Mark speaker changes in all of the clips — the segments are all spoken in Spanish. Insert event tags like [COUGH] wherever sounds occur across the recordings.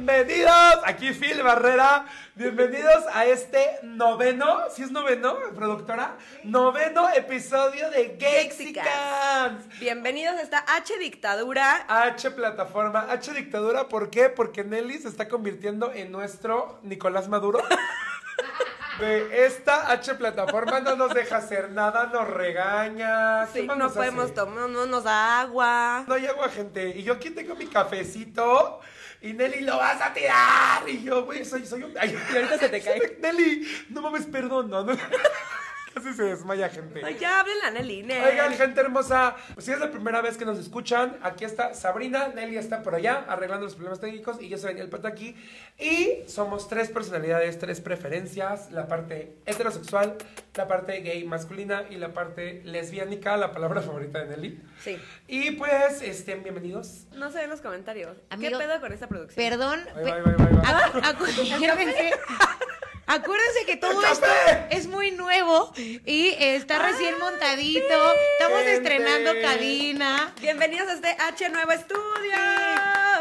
Speaker 1: Bienvenidos, aquí Phil Barrera. Bienvenidos a este noveno, si es noveno, productora, noveno episodio de Gexicans.
Speaker 2: Bienvenidos a esta H dictadura.
Speaker 1: H plataforma, H dictadura, ¿por qué? Porque Nelly se está convirtiendo en nuestro Nicolás Maduro. [LAUGHS] De esta H plataforma no nos deja hacer nada, nos regaña. ¿qué
Speaker 2: Sí,
Speaker 1: más
Speaker 2: no
Speaker 1: Ah, nos hace?
Speaker 2: podemos tomar, no nos da agua.
Speaker 1: No hay agua, gente. Y yo aquí tengo mi cafecito. Y Nelly, lo vas a tirar. Y yo, güey, soy, soy un. Ay,
Speaker 3: Y ahorita
Speaker 1: [LAUGHS]
Speaker 3: se te cae.
Speaker 1: Nelly, no mames, perdón. No, [LAUGHS] no. Casi se desmaya, gente.
Speaker 2: Ay, ya hablen la Nelly, Nelly.
Speaker 1: Oigan, gente hermosa, pues si es la primera vez que nos escuchan, aquí está Sabrina, Nelly está por allá arreglando los problemas técnicos y yo soy Daniel Pata aquí. Y somos tres personalidades, tres preferencias, la parte heterosexual, la parte gay masculina y la parte lesbiánica, la palabra [LAUGHS] favorita de Nelly.
Speaker 2: Sí.
Speaker 1: Y pues, estén bienvenidos.
Speaker 2: No se ven los comentarios.
Speaker 3: Amigo,
Speaker 2: ¿Qué pedo con esta producción?
Speaker 3: Perdón.
Speaker 1: Ahí
Speaker 3: pe-
Speaker 1: va, ahí va, ahí va, ahí va.
Speaker 3: acu- acu- acuérdense. Acuérdense que todo
Speaker 1: ¡El
Speaker 3: esto
Speaker 1: café!
Speaker 3: es muy nuevo y está recién montadito. Estamos
Speaker 1: Gente.
Speaker 3: estrenando cabina.
Speaker 2: Bienvenidos a este H nuevo estudio.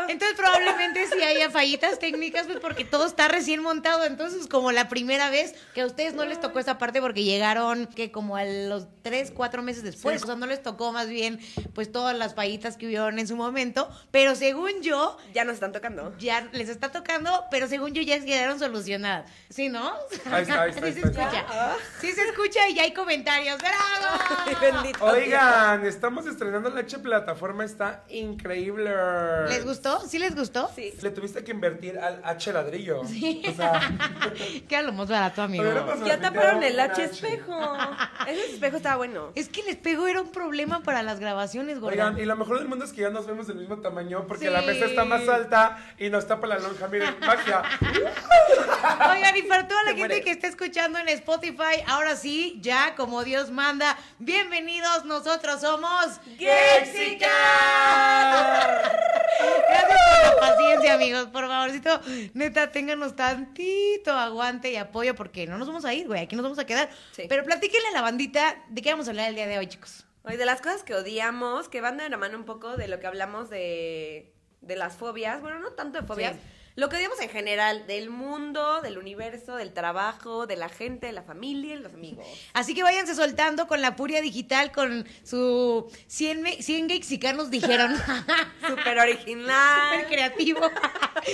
Speaker 3: Entonces probablemente si haya fallitas técnicas, pues porque todo está recién montado. Entonces, como la primera vez que a ustedes no les tocó esa parte porque llegaron que como a los tres, cuatro meses después.
Speaker 1: Sí.
Speaker 3: O sea, no les tocó más bien pues todas las fallitas que hubieron en su momento. Pero según yo,
Speaker 2: Ya nos están tocando.
Speaker 3: ya les está tocando, pero según yo ya quedaron solucionadas. ¿Sí, no?
Speaker 1: Ahí está, ahí está, ahí
Speaker 3: sí
Speaker 1: está,
Speaker 3: se
Speaker 1: ahí está.
Speaker 3: escucha. Sí se escucha y ya hay comentarios.
Speaker 2: [LAUGHS] Ay,
Speaker 3: ¡Bravo!
Speaker 2: bendito.
Speaker 1: Oigan, estamos estrenando la H plataforma, está increíble.
Speaker 3: ¿Les gustó? ¿Sí les gustó?
Speaker 2: Sí.
Speaker 1: Le tuviste que invertir al H ladrillo. O sea,
Speaker 3: Queda lo más barato, amigo.
Speaker 1: Hubiéramos-
Speaker 2: Ya taparon el
Speaker 1: H.
Speaker 2: H
Speaker 1: [LAUGHS]
Speaker 2: espejo. Ese espejo estaba bueno.
Speaker 3: Es que el espejo era un problema para las grabaciones, [LAUGHS] gorda.
Speaker 1: Oigan, y lo mejor del mundo es que ya nos vemos del mismo tamaño porque la
Speaker 3: Sí.
Speaker 1: mesa está más alta y nos tapa la lonja.
Speaker 3: [LAUGHS]
Speaker 1: Miren, magia.
Speaker 3: Oigan, y para toda la
Speaker 2: Te
Speaker 3: gente
Speaker 2: mueres.
Speaker 3: que está escuchando en Spotify, ahora sí, ya como Dios manda, bienvenidos, nosotros somos...
Speaker 1: ¡Gexica!
Speaker 3: Gracias por la paciencia, amigos. Por favorcito, neta, ténganos tantito aguante y apoyo porque no nos vamos a ir, güey. Aquí nos vamos a quedar.
Speaker 2: Sí.
Speaker 3: Pero platíquenle a la bandita de qué vamos a hablar el día de hoy, chicos.
Speaker 2: Oye, de las cosas que odiamos, que van de la mano un poco de lo que hablamos de, de las fobias, bueno, no tanto de fobias,
Speaker 3: Sí.
Speaker 2: lo que odiamos en general, del mundo, del universo, del trabajo, de la gente, de la familia y los amigos.
Speaker 3: Así que váyanse soltando con la puria digital, con su 100, me- 100 gaysicanos dijeron. [LAUGHS]
Speaker 2: Súper original.
Speaker 3: Súper creativo.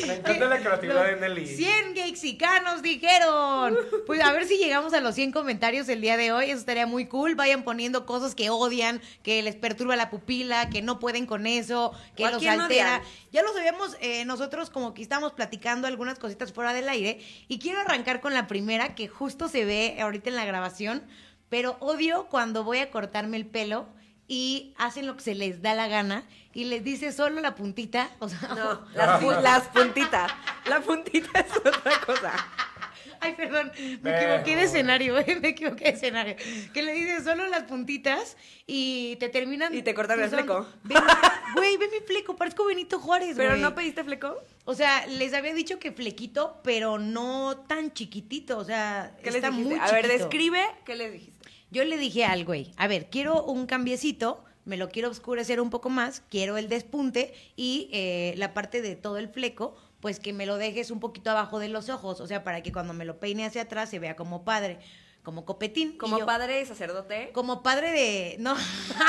Speaker 1: Me encanta la creatividad de Nelly.
Speaker 3: 100 gaysicanos dijeron. Pues a ver si llegamos a los 100 comentarios el día de hoy. Eso estaría muy cool. Vayan poniendo cosas que odian, que les perturba la pupila, que no pueden con eso, que
Speaker 2: ¿O a
Speaker 3: los
Speaker 2: quién
Speaker 3: altera.
Speaker 2: odian?
Speaker 3: Ya los habíamos eh, nosotros como que estábamos platicando algunas cositas fuera del aire. Y quiero arrancar con la primera que justo se ve ahorita en la grabación. Pero odio cuando voy a cortarme el pelo y hacen lo que se les da la gana y les dice solo la puntita. O sea, [LAUGHS]
Speaker 2: No,
Speaker 3: Ah.
Speaker 2: las, pu- las puntitas. La puntita es otra cosa.
Speaker 3: Ay, perdón, me
Speaker 1: Pero-
Speaker 3: equivoqué de escenario, eh, me equivoqué de escenario. Que le dices solo las puntitas y te terminan...
Speaker 2: Y te cortan el
Speaker 3: cruzando.
Speaker 2: fleco.
Speaker 3: Ve- [LAUGHS] Güey, ve mi fleco, parezco Benito Juárez,
Speaker 2: ¿Pero
Speaker 3: güey.
Speaker 2: no pediste fleco?
Speaker 3: O sea, les había dicho que flequito, pero no tan chiquitito, o sea,
Speaker 2: ¿Qué les
Speaker 3: está
Speaker 2: dijiste?
Speaker 3: muy
Speaker 2: A ver,
Speaker 3: chiquito.
Speaker 2: describe qué les dijiste.
Speaker 3: Yo le dije al güey, a ver, quiero un cambiecito, me lo quiero oscurecer un poco más, quiero el despunte y eh, la parte de todo el fleco, pues que me lo dejes un poquito abajo de los ojos, o sea, para que cuando me lo peine hacia atrás se vea como padre, como copetín. Y
Speaker 2: Como
Speaker 3: yo,
Speaker 2: padre sacerdote.
Speaker 3: Como padre de... No, [LAUGHS]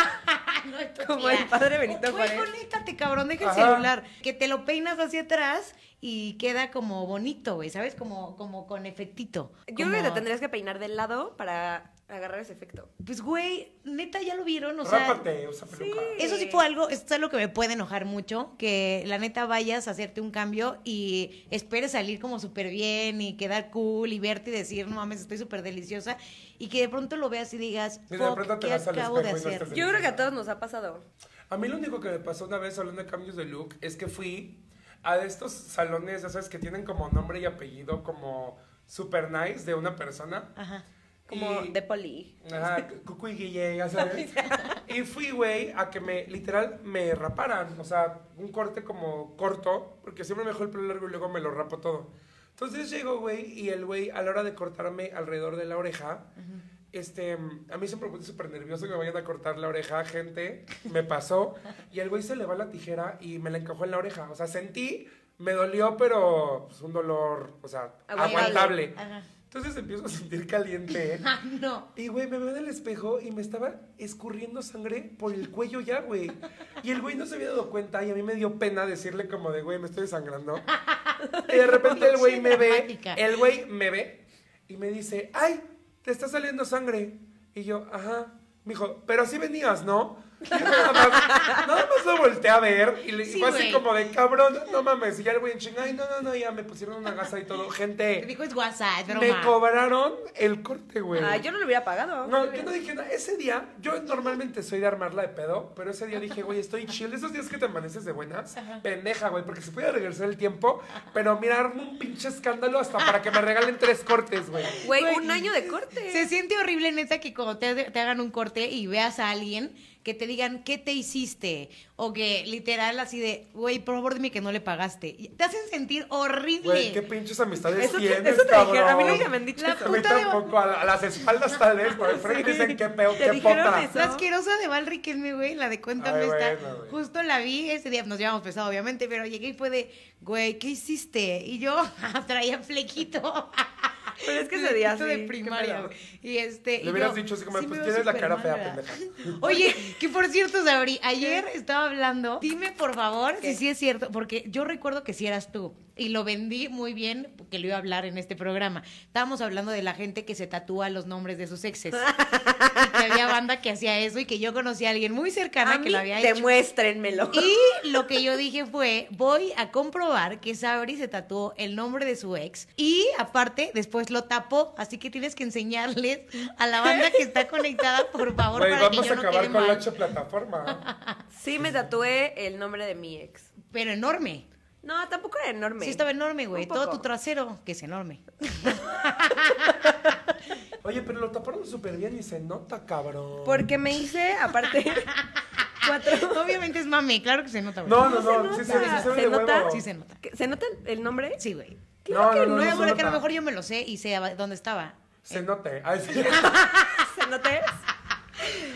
Speaker 3: no estúpida.
Speaker 2: Como el padre Benito
Speaker 3: Güey,
Speaker 2: Juárez.
Speaker 3: conéctate, cabrón, deja el
Speaker 1: Ajá.
Speaker 3: celular. Que te lo peinas hacia atrás y queda como bonito, güey, ¿sabes? Como, como con efectito.
Speaker 2: Yo creo que te
Speaker 3: como-
Speaker 2: tendrías que peinar del lado para agarrar ese efecto.
Speaker 3: Pues, güey, neta, ya lo vieron, o sea...
Speaker 1: Rápate, usa peluca.
Speaker 2: Sí.
Speaker 3: Eso sí fue algo, esto es algo que me puede enojar mucho, que la neta vayas a hacerte un cambio y esperes salir como súper bien y quedar cool y verte y decir, no mames, estoy súper deliciosa, y que de pronto lo veas y digas,
Speaker 1: Sí, de
Speaker 3: "Fuck,
Speaker 1: pronto te
Speaker 3: ¿qué
Speaker 1: vas al
Speaker 3: acabo de
Speaker 1: espejo y no
Speaker 3: hacer?
Speaker 1: estás-
Speaker 2: Yo creo que a todos nos ha pasado.
Speaker 1: A mí lo único que me pasó una vez hablando de cambios de look es que fui a estos salones, ya sabes, que tienen como nombre y apellido como super nice de una persona.
Speaker 3: Ajá.
Speaker 2: Como
Speaker 1: Y-
Speaker 2: de poli.
Speaker 1: Ajá, Cucu y Guille, ya sabes. Y fui, güey, a que me, literal, me raparan. O sea, un corte como corto, porque siempre me dejo el pelo largo y luego me lo rapo todo. Entonces llego, güey, y el güey, a la hora de cortarme alrededor de la oreja, este, a mí siempre me pone súper nervioso que me vayan a cortar la oreja, gente. Me pasó. Y el güey se le va la tijera y me la encajó en la oreja. O sea, sentí, Me dolió, pero pues, un dolor, o sea,
Speaker 2: Aguantable.
Speaker 1: aguantable.
Speaker 3: Ajá. [LAUGHS]
Speaker 1: Entonces empiezo a sentir caliente.
Speaker 3: Ah, no.
Speaker 1: Y, güey, me veo en el espejo y me estaba escurriendo sangre por el cuello ya, güey. Y el güey no se había dado cuenta y a mí me dio pena decirle como de, güey, me estoy desangrando. Y de repente el güey me ve,
Speaker 3: Dramática.
Speaker 1: el güey me ve y me dice, ay, te está saliendo sangre. Y yo, ajá. Me dijo, pero así venías, ¿no? Y yo nada más, nada más lo volteé a ver y le y
Speaker 3: Sí,
Speaker 1: fue así
Speaker 3: güey.
Speaker 1: como de, cabrón, no mames. Y ya el güey en chinga, ay, no, no, no, ya me pusieron una gasa y todo.
Speaker 3: Te
Speaker 1: Gente,
Speaker 3: dijo es WhatsApp, es
Speaker 1: me
Speaker 3: broma.
Speaker 1: cobraron el corte, güey.
Speaker 2: Ay, Ah, yo no lo hubiera pagado.
Speaker 1: No, yo no dije nada. Ese día, yo normalmente soy de armarla de pedo, pero ese día dije, güey, estoy chill. De Esos días que te amaneces de buenas, pendeja, güey, porque se puede regresar el tiempo, pero mira, armo un pinche escándalo hasta para que me regalen tres cortes, güey.
Speaker 2: Güey,
Speaker 3: Güey,
Speaker 2: un año de corte.
Speaker 3: Se siente horrible, neta, que cuando te, te hagan un corte y veas a alguien que te digan qué te hiciste o que literal así de, güey, por favor dime que no le pagaste. Y Te hacen sentir horrible.
Speaker 1: Güey, qué pinches amistades
Speaker 2: Eso te-
Speaker 1: tienes,
Speaker 2: eso te
Speaker 1: cabrón.
Speaker 2: dijeron, a mí nunca me han dicho
Speaker 1: La
Speaker 2: eso.
Speaker 1: A mí
Speaker 3: Puta de-
Speaker 1: tampoco, a, a las espaldas tal vez, por el frente dicen qué peo,
Speaker 2: ¿Te
Speaker 1: qué
Speaker 2: dijeron
Speaker 1: potra.
Speaker 2: eso?
Speaker 3: La asquerosa de Val Riquelme, güey, la de
Speaker 1: Ay,
Speaker 3: Cuéntame está.
Speaker 1: bueno, güey.
Speaker 3: Justo la vi ese día, nos llevamos pesado, obviamente, pero llegué y fue de, güey, ¿qué hiciste? Y yo [LAUGHS] traía flequito.
Speaker 2: Pero es que ese día
Speaker 3: [LAUGHS] Flequito
Speaker 2: sí,
Speaker 3: de
Speaker 2: qué
Speaker 3: primaria,
Speaker 2: pedo.
Speaker 3: güey. Y este. y
Speaker 1: Le hubieras
Speaker 3: yo,
Speaker 1: dicho así como,
Speaker 3: sí me
Speaker 1: pues
Speaker 3: veo
Speaker 1: tienes la cara fea,
Speaker 3: supermala.
Speaker 1: pendeja.
Speaker 3: Oye, que por cierto, Sabri, ayer estaba hablando. Dime, por favor,
Speaker 2: ¿Qué?
Speaker 3: si sí es cierto, porque yo recuerdo que sí eras tú. Y lo vendí muy bien, porque lo iba a hablar en este programa. Estábamos hablando de la gente que se tatúa los nombres de sus exes. y que había banda que hacía eso y que yo conocí a alguien muy cercana
Speaker 2: A
Speaker 3: que
Speaker 2: mí,
Speaker 3: lo había hecho.
Speaker 2: Demuéstrenmelo. [LAUGHS]
Speaker 3: Y lo que yo dije fue, voy a comprobar que Sabri se tatuó el nombre de su ex y aparte después lo tapó, así que tienes que enseñarles a la banda que está conectada, por favor,
Speaker 1: Güey,
Speaker 3: para que
Speaker 1: vamos a
Speaker 3: yo no
Speaker 1: acabar
Speaker 3: quede
Speaker 1: con
Speaker 3: mal.
Speaker 1: la ocho plataforma.
Speaker 2: Sí me tatué el nombre de mi ex.
Speaker 3: Pero enorme.
Speaker 2: No, tampoco era enorme.
Speaker 3: Sí estaba enorme, güey.
Speaker 2: Un
Speaker 3: Todo
Speaker 2: poco.
Speaker 3: tu trasero, que es enorme.
Speaker 1: Oye, pero lo taparon súper bien y se nota, cabrón.
Speaker 2: Porque me hice,
Speaker 1: [LAUGHS]
Speaker 2: aparte, cuatro...
Speaker 3: Obviamente es mami, claro que se nota, güey.
Speaker 1: No, no,
Speaker 2: No
Speaker 1: no,
Speaker 2: se
Speaker 1: sí se,
Speaker 2: nota.
Speaker 1: sí se ve
Speaker 2: ¿Se
Speaker 1: de
Speaker 2: nota?
Speaker 1: huevo.
Speaker 3: Sí se nota.
Speaker 2: ¿Qué- ¿Se nota el nombre?
Speaker 3: Sí, güey.
Speaker 2: Claro que No,
Speaker 3: No, no,
Speaker 1: se
Speaker 3: que a lo
Speaker 1: nota.
Speaker 3: mejor yo me lo sé y sé a dónde estaba.
Speaker 1: Se note. Ay,
Speaker 3: [LAUGHS]
Speaker 1: sí.
Speaker 2: Ah, ¿Se nota?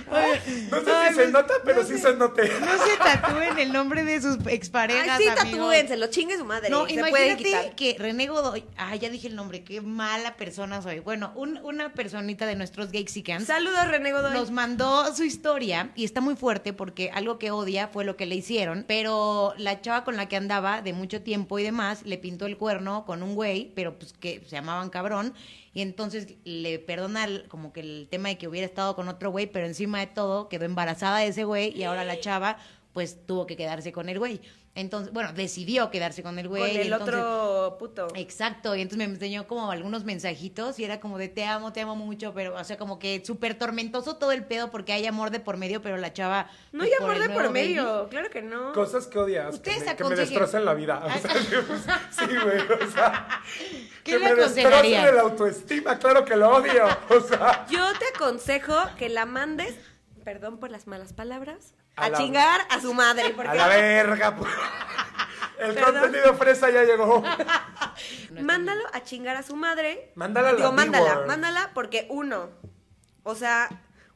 Speaker 1: No sé
Speaker 3: Ay,
Speaker 1: si se
Speaker 3: no-
Speaker 1: nota, pero
Speaker 3: pues, no
Speaker 1: sí
Speaker 3: sé.
Speaker 1: se note.
Speaker 3: [LAUGHS] No se tatúen el nombre de sus exparejas,
Speaker 2: Ay, sí,
Speaker 3: amigos.
Speaker 2: tatúense, lo chingue su madre.
Speaker 3: No,
Speaker 2: se pueden
Speaker 3: imagínate
Speaker 2: quitar.
Speaker 3: que René Godoy, ah, ya dije el nombre, qué mala persona soy. Bueno, un- una personita de nuestros Gexicans
Speaker 2: Saludos, René Godoy.
Speaker 3: nos mandó su historia y está muy fuerte porque algo que odia fue lo que le hicieron, pero la chava con la que andaba de mucho tiempo y demás le pintó el cuerno con un güey, pero pues que se llamaban cabrón y entonces le perdona el- como que el tema de que hubiera estado con otro güey, pero encima de todo quedó embarazada de ese güey y ahora la chava pues tuvo que quedarse con el güey. Entonces, bueno, decidió quedarse con el güey.
Speaker 2: Con
Speaker 3: y
Speaker 2: el
Speaker 3: entonces-
Speaker 2: otro puto.
Speaker 3: Exacto, y entonces me enseñó como algunos mensajitos y era como de te amo, te amo mucho, pero o sea, como que súper tormentoso todo el pedo porque hay amor de por medio, pero la chava...
Speaker 2: No,
Speaker 3: pues,
Speaker 2: ya
Speaker 3: por el
Speaker 2: morde por
Speaker 3: nuevo baby.
Speaker 2: medio. Claro que no.
Speaker 1: Cosas que odias.
Speaker 3: Ustedes
Speaker 1: que me, que me
Speaker 3: aconsejen.
Speaker 1: destrozan la vida. [LAUGHS] O sea, sí, güey. O
Speaker 3: [LAUGHS]
Speaker 1: sea,
Speaker 3: ¿Qué
Speaker 1: que
Speaker 3: le
Speaker 1: me
Speaker 3: aconsejarías?
Speaker 1: destrocen la autoestima. Claro que lo odio. O sea,
Speaker 2: Yo te aconsejo que la mandes, perdón por las malas palabras,
Speaker 1: A
Speaker 2: a,
Speaker 1: la-
Speaker 2: chingar a su madre. Porque
Speaker 1: a la verga. [LAUGHS] pu- El
Speaker 2: Perdón.
Speaker 1: contenido fresa ya llegó.
Speaker 2: mándalo a chingar a su madre.
Speaker 1: Mándala a la
Speaker 2: Digo, mándala,
Speaker 1: B-word.
Speaker 2: mándala porque uno. O sea,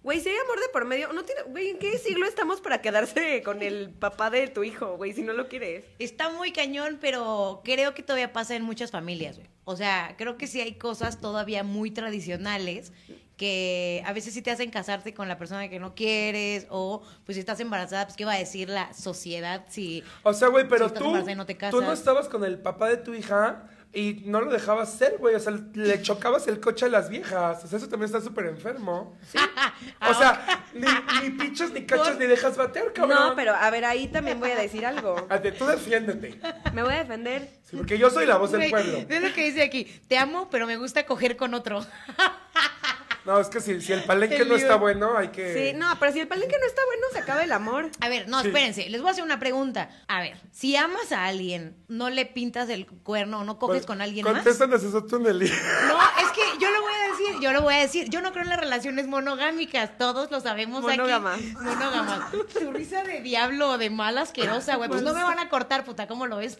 Speaker 2: güey, si hay amor de por medio, no tiene, güey, ¿en qué siglo estamos para quedarse con el papá de tu hijo, güey, si no lo quieres?
Speaker 3: Está muy cañón, pero creo que todavía pasa en muchas familias, güey. O sea, creo que sí hay cosas todavía muy tradicionales que a veces sí te hacen casarte con la persona que no quieres o pues si estás embarazada, pues qué va a decir la sociedad si...
Speaker 1: O sea, güey, pero
Speaker 3: Si estás
Speaker 1: tú,
Speaker 3: embarazada y no te casas.
Speaker 1: tú no estabas con el papá de tu hija y no lo dejabas ser, güey. O sea, le chocabas el coche a las viejas. O sea, eso también está súper enfermo. [LAUGHS] O sea, ni, ni pichas, ni cachas, ni dejas batear, cabrón.
Speaker 2: No, pero a ver, ahí también voy a decir algo.
Speaker 1: Ate, tú defiéndete.
Speaker 2: Me voy a defender.
Speaker 1: Sí, porque yo soy la voz del
Speaker 3: Güey,
Speaker 1: pueblo.
Speaker 3: Es lo que dice aquí, te amo, pero me gusta coger con otro.
Speaker 1: No, es que si, si el palenque
Speaker 3: El
Speaker 1: no
Speaker 3: lío.
Speaker 1: está bueno, hay que.
Speaker 2: Sí, no, pero si el palenque no está bueno, se acaba el amor.
Speaker 3: A ver, no,
Speaker 1: Sí.
Speaker 3: espérense, les voy a hacer una pregunta. A ver, si amas a alguien, no le pintas el cuerno o no coges
Speaker 1: Pues,
Speaker 3: con alguien más.
Speaker 1: Contéstanos eso tú en el
Speaker 3: No, es que yo lo voy a decir, yo lo voy a decir. Yo no creo en las relaciones monogámicas, todos lo sabemos
Speaker 2: Monógamas.
Speaker 3: aquí. Monógamas. Tu risa de diablo o de mala asquerosa, güey. Pues no me van a cortar, puta, ¿cómo lo ves?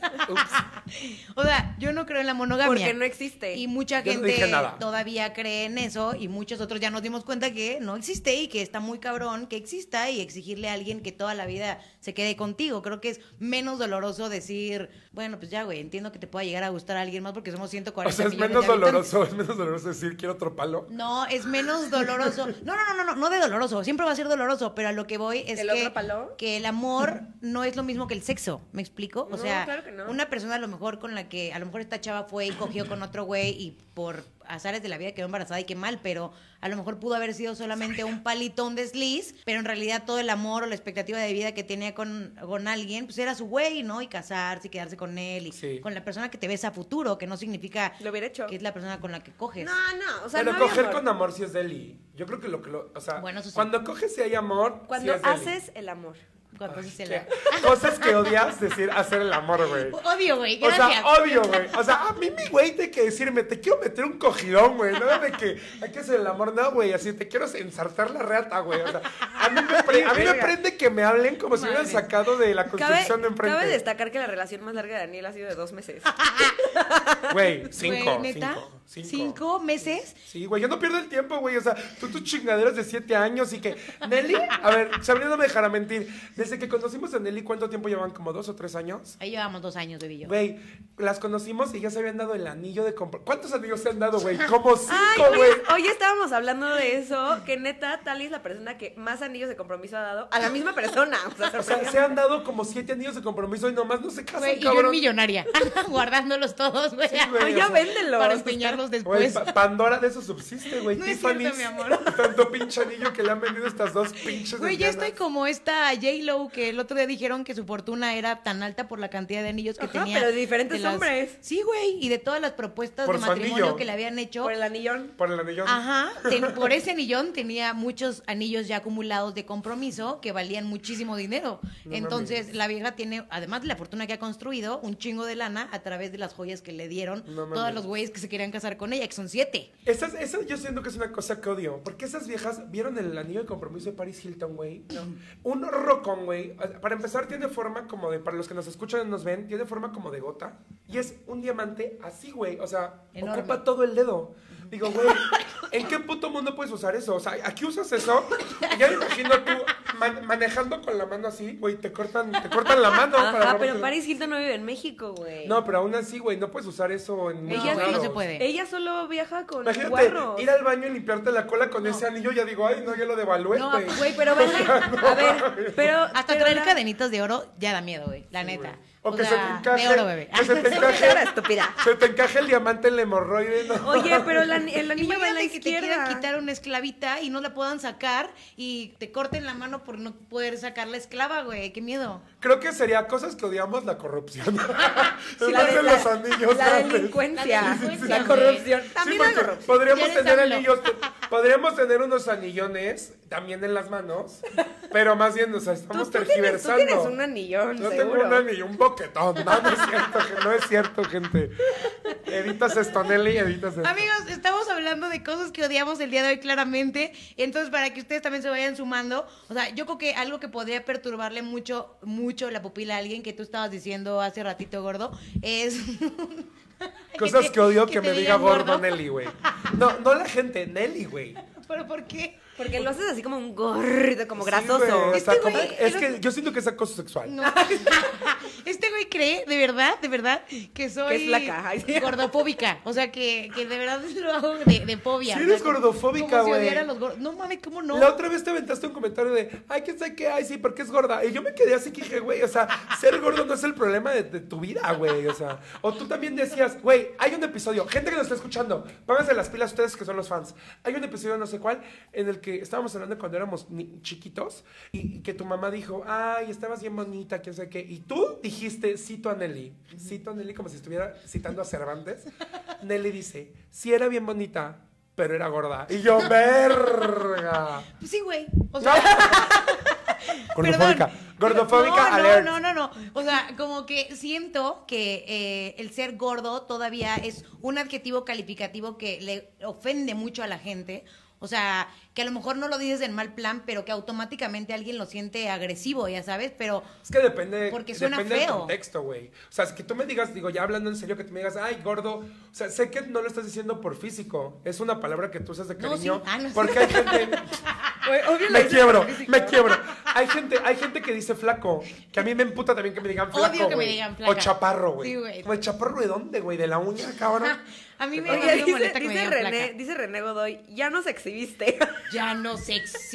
Speaker 3: o sea, yo no creo en la monogamia.
Speaker 2: Porque no existe.
Speaker 3: Y mucha
Speaker 1: Yo no
Speaker 3: gente
Speaker 1: dije nada.
Speaker 3: todavía cree en eso y muchos otros ya nos dimos cuenta que no existe y que está muy cabrón que exista y exigirle a alguien que toda la vida se quede contigo. Creo que es menos doloroso decir, bueno, pues ya, güey, entiendo que te pueda llegar a gustar a alguien más porque
Speaker 1: [LAUGHS]
Speaker 3: somos
Speaker 1: O
Speaker 3: 140
Speaker 1: sea, es
Speaker 3: millones
Speaker 1: menos
Speaker 3: de habitantes.
Speaker 1: doloroso, es menos doloroso decir quiero otro palo.
Speaker 3: No, es menos doloroso. No, no, no, no, no, no de doloroso. Siempre va a ser doloroso, pero a lo que voy es
Speaker 2: ¿El
Speaker 3: que,
Speaker 2: otro palo?
Speaker 3: que el amor no es lo mismo que el sexo. ¿Me explico? O
Speaker 2: No,
Speaker 3: sea,
Speaker 2: claro que no.
Speaker 3: una persona a lo mejor con la que, a lo mejor esta chava fue y cogió con otro güey y por azares de la vida quedó embarazada y qué mal, pero a lo mejor pudo haber sido solamente un palito, un desliz, pero en realidad todo el amor o la expectativa de vida que tenía con, con alguien, pues era su güey, ¿no? Y casarse y quedarse con él y
Speaker 1: Sí.
Speaker 3: con la persona que te ves a futuro, que no significa
Speaker 2: Lo hubiera hecho.
Speaker 3: que es la persona con la que coges.
Speaker 2: No, no, o sea,
Speaker 1: Pero
Speaker 2: no había
Speaker 1: coger
Speaker 2: amor.
Speaker 1: con amor sí es deli. Yo creo que lo que lo. O sea,
Speaker 3: Bueno, eso sí.
Speaker 1: cuando coges si hay amor.
Speaker 2: Cuando
Speaker 1: sí es deli.
Speaker 2: haces el amor.
Speaker 3: Cuando
Speaker 1: Ay,
Speaker 3: Pues se
Speaker 1: qué-
Speaker 3: la-
Speaker 1: [LAUGHS] Cosas que odias decir hacer el amor, güey.
Speaker 3: Odio, güey,
Speaker 1: O
Speaker 3: gracias.
Speaker 1: sea, obvio, güey. O sea, a mí mi güey tiene que decirme, te quiero meter un cogidón, güey. No de que hay que hacer el amor, no, güey. Así te quiero ensartar la reata, güey. O sea, a mí me, pre- a mí me prende que me hablen como si me hubieran
Speaker 3: Madres.
Speaker 1: sacado de la
Speaker 2: Cabe,
Speaker 1: construcción de enfrente.
Speaker 2: cabe destacar que la relación más larga de Daniel ha sido de
Speaker 1: [LAUGHS]
Speaker 2: dos meses.
Speaker 1: Güey,
Speaker 3: Güey,
Speaker 1: cinco,
Speaker 3: ¿neta?
Speaker 1: cinco, cinco.
Speaker 3: ¿Cinco meses?
Speaker 1: Sí, güey, yo no pierdo el tiempo, güey. O sea, tú tus chingaderas de siete años y que. Nelly, a ver, Sabrina no me dejará mentir. Desde que conocimos a Nelly, ¿cuánto tiempo llevan? ¿Como dos o tres años?
Speaker 3: Ahí llevamos dos años, bebillo.
Speaker 1: Güey, las conocimos y ya se habían dado el anillo de compra. ¿Cuántos anillos se han dado, güey? Como
Speaker 2: Ay,
Speaker 1: cinco, güey.
Speaker 2: hoy, hoy estábamos hablando de eso, que neta, Tali es la persona que más anillos de compromiso ha dado a la misma persona. O sea,
Speaker 1: [LAUGHS] O sea, se han dado como siete anillos de compromiso y nomás no se casan,
Speaker 3: Güey, y yo en
Speaker 1: cabrón.
Speaker 3: millonaria, [LAUGHS] guardándolos todos, güey. Ah,
Speaker 1: güey,
Speaker 2: Ay,
Speaker 1: o
Speaker 2: ya
Speaker 1: sea,
Speaker 2: véndelos.
Speaker 3: Para empeñarlos
Speaker 1: Güey,
Speaker 3: después.
Speaker 1: Pa- Pandora de eso subsiste, güey.
Speaker 3: No es
Speaker 1: Tiffany's,
Speaker 3: cierto, mi amor.
Speaker 1: [LAUGHS] Tanto pinche anillo que le han vendido estas dos pinches
Speaker 3: Güey, yo
Speaker 1: lesbianas.
Speaker 3: estoy como esta J-Lo que el otro día dijeron que su fortuna era tan alta por la cantidad de anillos que
Speaker 2: Ajá,
Speaker 3: tenía.
Speaker 2: pero de diferentes hombres.
Speaker 3: Sí, güey, y de todas las propuestas
Speaker 1: Por
Speaker 3: de
Speaker 1: su
Speaker 3: matrimonio
Speaker 1: anillo.
Speaker 3: que le habían hecho.
Speaker 2: Por el anillón.
Speaker 1: Por el anillo.
Speaker 3: Ajá,
Speaker 1: [LAUGHS]
Speaker 3: ten- por ese anillón tenía muchos anillos ya acumulados de compromiso que valían muchísimo dinero.
Speaker 1: No
Speaker 3: Entonces,
Speaker 1: mames.
Speaker 3: la vieja tiene, además de la fortuna que ha construido, un chingo de lana a través de las joyas que le dieron
Speaker 1: No mames.
Speaker 3: todos los güeyes que se querían casar con ella, que son siete.
Speaker 1: Esas, esa yo siento que es una cosa que odio. Porque esas viejas vieron el anillo de compromiso de Paris Hilton, güey. Un rocón, güey. Para empezar, tiene forma como de. Para los que nos escuchan y nos ven, tiene forma como de gota. Y es un diamante así, güey. O sea,
Speaker 3: Enorme.
Speaker 1: ocupa todo el dedo. Digo, güey, ¿en qué puto mundo puedes usar eso? O sea, aquí usas eso. y ya me imagino tú man- manejando con la mano así, güey. Te cortan, te cortan la mano. Ah, para
Speaker 2: Ajá,
Speaker 1: robártelo.
Speaker 2: pero Paris Hilton no vive en México, güey.
Speaker 1: No, pero aún así, güey, no puedes usar eso en.
Speaker 3: No,
Speaker 1: muchos
Speaker 2: Ella
Speaker 3: güey, no se
Speaker 1: lados.
Speaker 3: puede.
Speaker 2: Ella solo viaja con
Speaker 1: Imagínate
Speaker 2: guarros.
Speaker 1: ir al baño y limpiarte la cola con ese anillo, ya digo, ay, no, ya lo devalué,
Speaker 3: No,
Speaker 1: güey.
Speaker 2: Güey, pero vale.
Speaker 1: [LAUGHS]
Speaker 2: A ver, pero.
Speaker 1: Ah,
Speaker 3: Hasta
Speaker 2: pero
Speaker 3: traer
Speaker 2: la-
Speaker 3: cadenitas de oro ya da miedo, güey, la neta.
Speaker 1: Güey. O, que se te encaje.
Speaker 3: de oro, bebé.
Speaker 1: Que
Speaker 3: [LAUGHS]
Speaker 1: se te
Speaker 2: Ahora,
Speaker 1: encaje.
Speaker 2: estúpida.
Speaker 1: se te encaje el diamante en la hemorroide, ¿no?
Speaker 2: Oye, pero la-
Speaker 3: [LAUGHS]
Speaker 2: el anillo va a la
Speaker 3: Imagínate que te quieran
Speaker 2: izquierda.
Speaker 3: quitar una esclavita y no la puedan sacar y te corten la mano por no poder sacar la esclava, güey. Qué miedo.
Speaker 1: Creo que sería cosas que odiamos la corrupción.
Speaker 2: [LAUGHS] Sí,
Speaker 1: Es más
Speaker 2: de-
Speaker 1: de los anillos.
Speaker 2: La
Speaker 1: grandes.
Speaker 2: delincuencia.
Speaker 3: La
Speaker 2: La,
Speaker 3: delincuencia, güey.
Speaker 2: corrupción.
Speaker 1: Sí,
Speaker 2: También la
Speaker 1: porque
Speaker 2: corrupción.
Speaker 1: podríamos
Speaker 3: Ya eres
Speaker 1: tener
Speaker 3: AMLO.
Speaker 1: anillos, podríamos tener unos anillones también en las manos, pero más bien, o sea, estamos
Speaker 2: Tú- tú tienes- tú
Speaker 1: tergiversando.
Speaker 2: tienes un anillón,
Speaker 1: Yo
Speaker 2: seguro.
Speaker 1: tengo un anillo, un boquetón. No, no es cierto, [LAUGHS] gen- no es cierto, gente. Editas esto, Nelly, editas esto.
Speaker 3: Amigos, estamos hablando de cosas que odiamos el día de hoy claramente. Entonces, para que ustedes también se vayan sumando, o sea, yo creo que algo que podría perturbarle mucho, mucho la pupila a alguien que tú estabas diciendo hace ratito, gordo, es... [LAUGHS]
Speaker 1: Cosas
Speaker 3: te-
Speaker 1: que odio que,
Speaker 3: te
Speaker 1: me diga
Speaker 3: digan
Speaker 1: gordo, Nelly, güey. No, no la gente, Nelly, güey.
Speaker 3: [LAUGHS] ¿Pero por qué?
Speaker 2: Porque lo haces así como un gordo, como
Speaker 1: Sí,
Speaker 2: grasoso.
Speaker 1: güey, o
Speaker 3: Es
Speaker 1: sea,
Speaker 3: que,
Speaker 1: como-
Speaker 3: güey,
Speaker 1: es
Speaker 3: el
Speaker 1: que
Speaker 3: otro-
Speaker 1: yo siento que es acoso sexual.
Speaker 3: No. [LAUGHS] Este güey cree, de verdad, de verdad, que soy
Speaker 2: Que es flaca. Ay, sí.
Speaker 3: gordofóbica. O sea, que, que de verdad [LAUGHS] lo hago de, de fobia.
Speaker 1: Sí
Speaker 3: O sea,
Speaker 1: eres
Speaker 3: como-
Speaker 1: gordofóbica,
Speaker 3: como si
Speaker 1: güey.
Speaker 3: odiara a los gordos. No mames, ¿cómo no?
Speaker 1: La otra vez te aventaste un comentario de, ay, ¿quién sabe qué? Ay, sí, porque es gorda. Y yo me quedé así que dije, güey, o sea, ser gordo no es el problema de, de tu vida, güey. O sea, o tú también decías, güey, hay un episodio, gente que nos está escuchando, pónganse las pilas ustedes que son los fans. Hay un episodio, no sé cuál, en el que estábamos hablando cuando éramos ni- chiquitos y, y que tu mamá dijo, ay, estabas bien bonita, quién sabe qué. Y tú dijiste, cito a Nelly, cito a Nelly como si estuviera
Speaker 3: [LAUGHS]
Speaker 1: citando a Cervantes. Nelly dice, sí era bien bonita. Pero era gorda. Y yo, verga.
Speaker 3: Pues sí, güey. [LAUGHS] O sea,
Speaker 1: No. Gordofóbica.
Speaker 3: [LAUGHS] Perdón.
Speaker 1: Gordofóbica
Speaker 3: no,
Speaker 1: alert.
Speaker 3: No, no, no, no. O sea, como que siento que eh, el ser gordo todavía es un adjetivo calificativo que le ofende mucho a la gente. O sea, que a lo mejor no lo dices en mal plan, pero que automáticamente alguien lo siente agresivo, ya sabes, pero
Speaker 1: Es que depende,
Speaker 3: Porque suena
Speaker 1: depende del
Speaker 3: feo.
Speaker 1: contexto, güey. O sea, es que tú me digas, digo, ya hablando en serio, que tú me digas, ay, gordo. O sea, sé que no lo estás diciendo por físico. Es una palabra que tú usas de
Speaker 3: No,
Speaker 1: cariño.
Speaker 3: sí. Ah, no, sí.
Speaker 1: porque hay
Speaker 3: [LAUGHS]
Speaker 1: gente...
Speaker 2: Güey, obvio lo
Speaker 1: me
Speaker 2: dices
Speaker 1: quiebro,
Speaker 2: por físico.
Speaker 1: me quiebro. Hay gente, hay gente que dice flaco, que a mí me emputa también que me digan
Speaker 3: Odio
Speaker 1: flaco,
Speaker 3: que me
Speaker 1: güey.
Speaker 3: digan
Speaker 1: O
Speaker 3: flaca.
Speaker 1: chaparro, güey.
Speaker 3: Sí, güey.
Speaker 1: Güey, ¿chaparro de dónde, güey? ¿De la uña,
Speaker 3: [LAUGHS]
Speaker 1: cabrón?
Speaker 3: a mí me,
Speaker 2: Oye,
Speaker 3: me
Speaker 2: dice,
Speaker 3: molesta que me
Speaker 2: dice
Speaker 3: digan
Speaker 2: René,
Speaker 3: flaca.
Speaker 2: dice René Godoy, ya nos exhibiste.
Speaker 3: [LAUGHS] Ya nos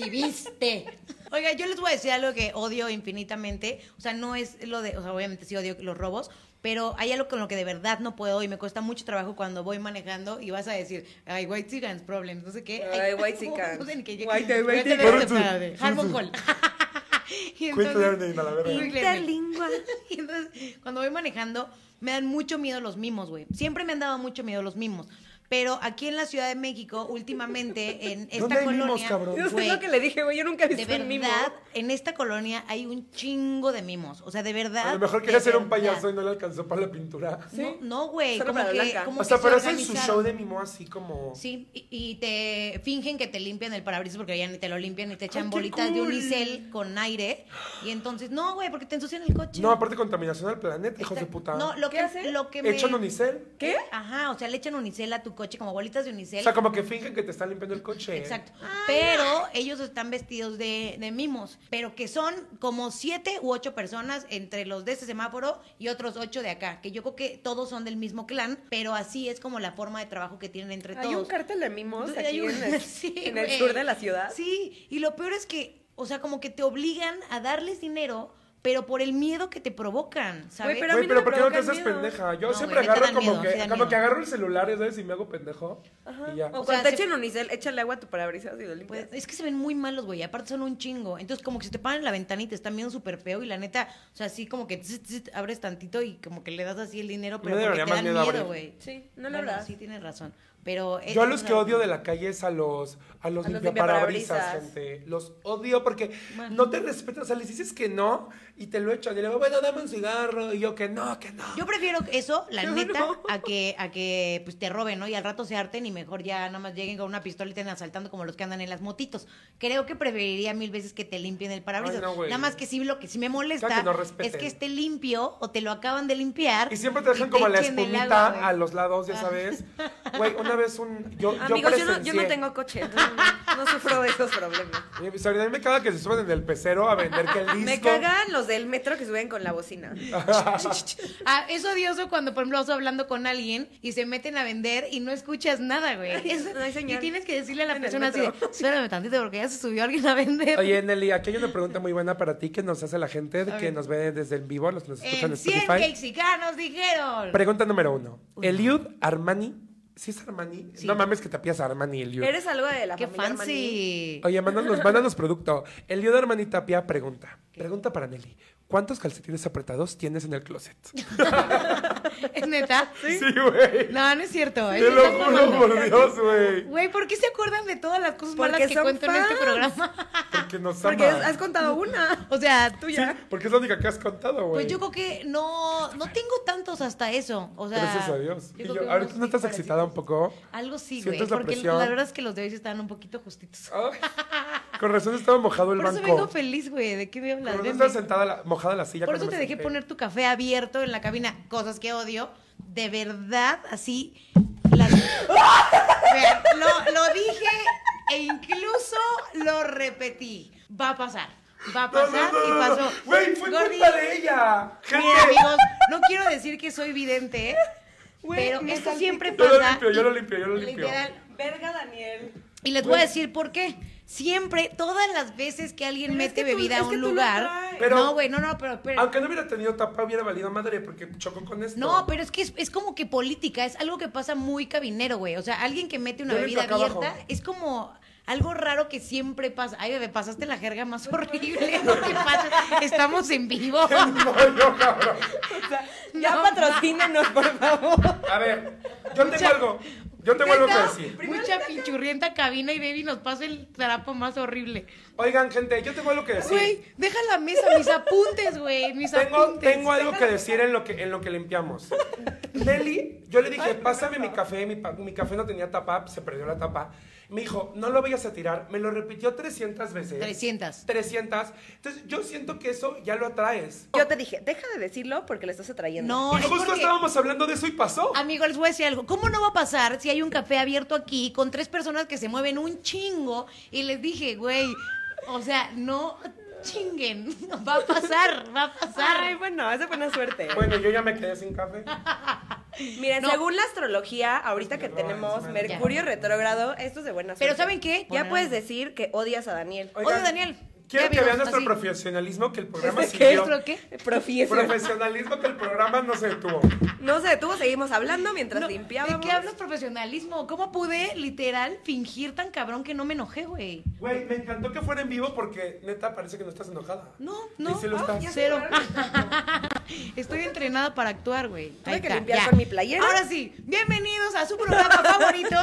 Speaker 3: exhibiste. Oiga, yo les voy a decir algo que odio infinitamente. O sea, no es lo de. O sea, obviamente sí odio los robos, pero hay algo con lo que de verdad no puedo y me cuesta mucho trabajo cuando voy manejando y vas a decir, ay, white chickens problems, no sé qué.
Speaker 2: Ay, white chickens.
Speaker 3: [LAUGHS] No sé ni qué.
Speaker 1: White,
Speaker 3: Ya
Speaker 1: white
Speaker 3: te
Speaker 1: chickens.
Speaker 3: veo
Speaker 1: Por un-
Speaker 3: separado de Harmon Hall. [LAUGHS] Y
Speaker 1: Quit
Speaker 3: entonces-
Speaker 1: learning, a la verga.
Speaker 3: Quit learning.
Speaker 2: Interlingua.
Speaker 3: Y [LAUGHS] entonces, cuando voy manejando, me dan mucho miedo los mimos, güey. Siempre me han dado mucho miedo los mimos. Pero aquí en la Ciudad de México, últimamente, en esta
Speaker 1: ¿Dónde hay mimos,
Speaker 3: colonia.
Speaker 1: cabrón?
Speaker 2: Yo sé
Speaker 3: güey,
Speaker 2: lo que le dije, güey, yo nunca he
Speaker 3: de
Speaker 2: visto
Speaker 3: verdad,
Speaker 2: un mimo.
Speaker 3: en esta colonia hay un chingo de mimos. O sea, de verdad.
Speaker 1: A lo mejor
Speaker 3: de
Speaker 1: quería ser un
Speaker 3: verdad.
Speaker 1: payaso y no le alcanzó para la pintura.
Speaker 3: No, no, güey.
Speaker 2: Solo
Speaker 3: como
Speaker 2: para
Speaker 3: que-
Speaker 2: Blanca.
Speaker 3: como
Speaker 1: O
Speaker 3: que
Speaker 1: sea,
Speaker 3: se
Speaker 1: pero hacen su
Speaker 3: organizaron.
Speaker 1: show de mimo así como...
Speaker 3: Sí, y, y te fingen que te limpian el parabrisas porque ya ni te lo limpian ni te
Speaker 1: ¡Ay,
Speaker 3: echan
Speaker 1: qué
Speaker 3: bolitas de
Speaker 1: cool!
Speaker 3: unicel con aire. Y entonces, no, güey, porque te ensucian el coche.
Speaker 1: No, aparte contaminación al planeta, hijos de
Speaker 3: Está-
Speaker 1: puta.
Speaker 3: No, lo
Speaker 2: ¿Qué
Speaker 3: que
Speaker 2: hacen?
Speaker 3: Lo que me...
Speaker 1: Hecho en unicel.
Speaker 2: ¿Qué?
Speaker 3: Ajá, o sea, le echan unicel a tu coche, como bolitas de unicel.
Speaker 1: O sea, como que fingen que te están limpiando el coche. ¿eh?
Speaker 3: Exacto.
Speaker 2: Ah,
Speaker 3: Pero ellos están vestidos de, de mimos, pero que son como siete u ocho personas entre los de este semáforo y otros ocho de acá, que yo creo que todos son del mismo clan, pero así es como la forma de trabajo que tienen entre todos.
Speaker 2: Hay un cartel de mimos
Speaker 3: Entonces,
Speaker 2: aquí
Speaker 3: hay un-
Speaker 2: en el,
Speaker 3: [LAUGHS] Sí,
Speaker 2: en el
Speaker 3: güey.
Speaker 2: sur de la ciudad.
Speaker 3: Sí, y lo peor es que, o sea, como que te obligan a darles dinero, pero por el miedo que te provocan, ¿sabes?
Speaker 2: pero a
Speaker 1: Güey,
Speaker 2: mí
Speaker 1: pero
Speaker 2: no me
Speaker 1: ¿por qué no te
Speaker 2: provoca
Speaker 1: haces
Speaker 2: el miedo.
Speaker 1: pendeja? Yo
Speaker 3: No,
Speaker 1: siempre
Speaker 3: güey, neta
Speaker 1: agarro
Speaker 3: dan
Speaker 1: como
Speaker 3: miedo,
Speaker 1: que
Speaker 3: sí dan
Speaker 1: como que
Speaker 3: miedo.
Speaker 1: agarro el celular, ¿sabes? Y me hago pendejo
Speaker 2: Ajá.
Speaker 1: y ya.
Speaker 2: O,
Speaker 3: O
Speaker 2: cuando
Speaker 3: sea,
Speaker 2: te
Speaker 3: se-
Speaker 2: echen unicel, échale agua a tu parabrisas y lo limpias.
Speaker 3: Pues, es que se ven muy malos, güey. Aparte son un chingo. Entonces, como que se te paran en la ventana y te están viendo súper feo. Y la neta, o sea, así como que tss, tss, abres tantito y como que le das así el dinero, pero
Speaker 1: Me
Speaker 3: porque
Speaker 1: daría
Speaker 3: te
Speaker 1: más
Speaker 3: dan
Speaker 1: miedo abrir.
Speaker 3: miedo, güey.
Speaker 2: Sí, no la
Speaker 3: Bueno,
Speaker 2: verdad.
Speaker 3: Sí, tienes razón. Pero. eh,
Speaker 1: Yo a los
Speaker 3: o
Speaker 1: que
Speaker 3: sea,
Speaker 1: odio de la calle es a los a los
Speaker 2: A los
Speaker 1: limpiaparabrisas,
Speaker 2: limpiaparabrisas.
Speaker 1: gente. Los odio porque
Speaker 3: Bueno.
Speaker 1: no te respetan, o sea, les dices que no y te lo echan y le digo, "Bueno, dame un cigarro." Y yo que no, que no.
Speaker 3: Yo prefiero eso, la
Speaker 1: No,
Speaker 3: neta,
Speaker 1: no.
Speaker 3: a que a que pues te roben, ¿no? Y al rato se harten y mejor ya nada más lleguen con una pistola y te anden asaltando como los que andan en las motitos. Creo que preferiría mil veces que te limpien el parabrisas.
Speaker 1: Ay, no, güey.
Speaker 3: nada más que sí lo que sí me molesta
Speaker 1: Claro que no respeten.
Speaker 3: es que esté limpio o te lo acaban de limpiar.
Speaker 1: y siempre te dejan
Speaker 3: y
Speaker 1: como la
Speaker 3: echen el
Speaker 1: espumita
Speaker 3: agua, güey.
Speaker 1: a los lados, ya sabes. Güey, una vez un yo
Speaker 2: Amigos, yo, no, yo no
Speaker 1: presencié-
Speaker 2: tengo coche, entonces no, no sufro de esos problemas.
Speaker 1: [LAUGHS] Oye, pues, a mí me caga que se suben en el pecero a vender que el disco.
Speaker 2: [LAUGHS] Me cagan los del metro que suben con la bocina.
Speaker 3: Ah, es odioso cuando, por ejemplo, vas hablando con alguien y se meten a vender y no escuchas nada, güey. Es-
Speaker 2: No hay señal.
Speaker 3: Y tienes que decirle a la
Speaker 2: En el
Speaker 3: persona así, de,
Speaker 2: metro.
Speaker 3: espérame tantito porque ya se subió alguien a vender.
Speaker 1: Oye, Nelly, aquí hay una pregunta muy buena para ti que nos hace la gente de
Speaker 3: A
Speaker 1: que
Speaker 3: ver.
Speaker 1: nos ve desde en vivo, los que nos escuchan en
Speaker 3: en 100
Speaker 1: Spotify.
Speaker 3: mexicanos dijeron.
Speaker 1: Pregunta número uno. Eliud Armani. ¿Sí es Armani? No mames que te pillas a Armani, Eliud.
Speaker 2: Eres algo de la
Speaker 3: Qué
Speaker 2: familia Armani.
Speaker 3: fancy.
Speaker 1: Oye, mándanos, mándanos producto. Eliud Armani Tapia pregunta. Pregunta para Nelly. ¿Cuántos calcetines apretados tienes en el
Speaker 3: [LAUGHS]
Speaker 1: closet?
Speaker 3: ¿Es neta?
Speaker 1: [LAUGHS] Sí, güey.
Speaker 3: No, no es cierto.
Speaker 1: Te
Speaker 3: eso
Speaker 1: lo
Speaker 3: estás
Speaker 1: juro
Speaker 3: mamando.
Speaker 1: por Dios, güey.
Speaker 3: Güey, ¿por qué se acuerdan de todas las cosas
Speaker 2: Porque
Speaker 3: malas que
Speaker 2: son
Speaker 3: cuento en este
Speaker 2: fans. [LAUGHS]
Speaker 3: programa?
Speaker 1: Porque nos ama.
Speaker 2: Porque has contado una. [LAUGHS]
Speaker 3: O sea, tú
Speaker 1: Sí, porque es la única que has contado, güey.
Speaker 3: Pues yo creo que no, no tengo tantos hasta eso. O sea,
Speaker 1: Gracias a Dios.
Speaker 3: yo
Speaker 1: Y
Speaker 3: creo
Speaker 1: yo-
Speaker 3: que
Speaker 1: ahorita
Speaker 3: unos
Speaker 1: no estás
Speaker 3: sí,
Speaker 1: excitada un
Speaker 3: parecitos.
Speaker 1: poco.
Speaker 3: Algo sí, güey.
Speaker 1: ¿Sientes la
Speaker 3: Porque
Speaker 1: presión?
Speaker 3: la verdad es que los de hoy sí estaban un poquito justitos.
Speaker 1: Ah, [LAUGHS] con razón estaba mojado el
Speaker 3: Por eso
Speaker 1: banco.
Speaker 3: vengo feliz, güey. ¿De qué me
Speaker 1: Con
Speaker 3: hablas?
Speaker 1: razón
Speaker 3: Ven,
Speaker 1: estaba
Speaker 3: ven.
Speaker 1: sentada la- mojada la silla.
Speaker 3: Por
Speaker 1: cuando
Speaker 3: eso te
Speaker 1: me
Speaker 3: dejé
Speaker 1: senté.
Speaker 3: poner tu café abierto en la cabina. Cosas que odio. De verdad, así. las-
Speaker 1: [LAUGHS]
Speaker 3: Vean, lo, lo dije e incluso lo repetí. Va a pasar. Va a
Speaker 1: No,
Speaker 3: pasar
Speaker 1: no, no,
Speaker 3: y
Speaker 1: no, no.
Speaker 3: pasó.
Speaker 1: Güey, fue
Speaker 3: Gordi,
Speaker 1: culpa de ella. Gente,
Speaker 3: Mira, amigos, no quiero decir que soy vidente, ¿eh?
Speaker 2: Güey,
Speaker 3: pero
Speaker 2: me
Speaker 3: esto
Speaker 2: salpico.
Speaker 3: siempre
Speaker 1: Yo lo
Speaker 3: pasa.
Speaker 1: limpio, yo
Speaker 3: y
Speaker 1: lo limpio, yo lo limpio.
Speaker 3: Literal.
Speaker 2: Verga, Daniel.
Speaker 3: Y les voy a decir por qué. Siempre, todas las veces que alguien
Speaker 2: Pero es
Speaker 3: mete
Speaker 2: que tú-
Speaker 3: bebida
Speaker 2: es
Speaker 3: a
Speaker 2: que
Speaker 3: un
Speaker 2: tú lo
Speaker 3: lugar.
Speaker 2: traes.
Speaker 1: Pero-
Speaker 3: no, güey, no, no, pero. pero-
Speaker 1: Aunque no hubiera tenido tapa, hubiera valido madre porque chocó con esto.
Speaker 3: no, pero es que es, es como que política, es algo que pasa muy cabinero, güey. O sea, alguien que mete una
Speaker 1: Yo limpio
Speaker 3: bebida
Speaker 1: acá
Speaker 3: abierta
Speaker 1: abajo.
Speaker 3: es como algo raro que siempre pasa. Ay, bebé, pasaste la jerga más [LAUGHS] horrible. ¿no? ¿Qué pasa? Estamos
Speaker 1: [LAUGHS]
Speaker 3: en vivo.
Speaker 1: No, yo, cabrón.
Speaker 2: Ya
Speaker 3: No,
Speaker 2: patrocínanos, por favor.
Speaker 1: A ver, yo tengo
Speaker 3: Mucha-
Speaker 1: algo. Yo tengo algo que
Speaker 3: Neta,
Speaker 1: decir.
Speaker 3: Mucha pinchurrienta cabina y baby nos pasa el trapo más horrible.
Speaker 1: Oigan, gente, yo tengo algo que decir.
Speaker 3: Güey, deja la mesa, mis apuntes, güey, mis
Speaker 1: tengo,
Speaker 3: apuntes.
Speaker 1: tengo algo que decir en lo que, en lo que limpiamos. Nelly, yo Yo le dije, pásame mi café, mi, pa- mi café no tenía tapa, se perdió la tapa. Me dijo, no lo vayas a tirar. Me lo repitió 300 veces.
Speaker 3: 300.
Speaker 1: 300. Entonces, yo siento que eso ya lo atraes.
Speaker 2: Yo te dije, deja de decirlo porque le estás atrayendo.
Speaker 3: No,
Speaker 1: y
Speaker 3: es
Speaker 1: justo
Speaker 3: porque-
Speaker 1: estábamos hablando de eso y pasó.
Speaker 3: Amigos, les voy a decir algo. ¿Cómo no va a pasar si hay un café abierto aquí con tres personas que se mueven un chingo? Y les dije, güey, o sea, no chinguen. [LAUGHS] Va a pasar, va a pasar.
Speaker 2: Ay, bueno, esa fue buena suerte.
Speaker 1: Bueno, yo ya me quedé sin café.
Speaker 2: Mira,
Speaker 3: No.
Speaker 2: según la astrología, ahorita que
Speaker 1: Me roban,
Speaker 2: tenemos
Speaker 1: me roban.
Speaker 2: Mercurio retrógrado, esto es de buena suerte.
Speaker 3: Pero ¿saben qué?
Speaker 2: Ya
Speaker 3: Poner-
Speaker 2: puedes decir que odias a Daniel.
Speaker 1: Oigan,
Speaker 3: Oye, Daniel,
Speaker 1: Quiero
Speaker 3: ya
Speaker 1: que
Speaker 3: vimos,
Speaker 1: vean nuestro
Speaker 3: así.
Speaker 1: profesionalismo
Speaker 3: [LAUGHS]
Speaker 1: que el programa
Speaker 2: ¿Este
Speaker 1: siguió.
Speaker 3: ¿Nuestro qué?
Speaker 2: Profesional.
Speaker 1: Profesionalismo que el programa no se detuvo.
Speaker 2: No se detuvo, seguimos hablando mientras
Speaker 3: No,
Speaker 2: limpiábamos.
Speaker 3: ¿De qué hablas profesionalismo? ¿Cómo pude, literal, fingir tan cabrón que no me enojé, güey?
Speaker 1: Güey, me encantó que fuera en vivo porque neta parece que no estás enojada.
Speaker 3: No, no.
Speaker 1: Y sí lo
Speaker 3: Ah,
Speaker 1: estás.
Speaker 3: ya Cero. Estoy entrenada para actuar, güey.
Speaker 2: Tuve
Speaker 3: Ahí
Speaker 2: que
Speaker 3: está,
Speaker 2: limpiar
Speaker 3: ya.
Speaker 2: con mi playera.
Speaker 3: Ahora sí, bienvenidos a su programa
Speaker 2: [LAUGHS]
Speaker 3: favorito.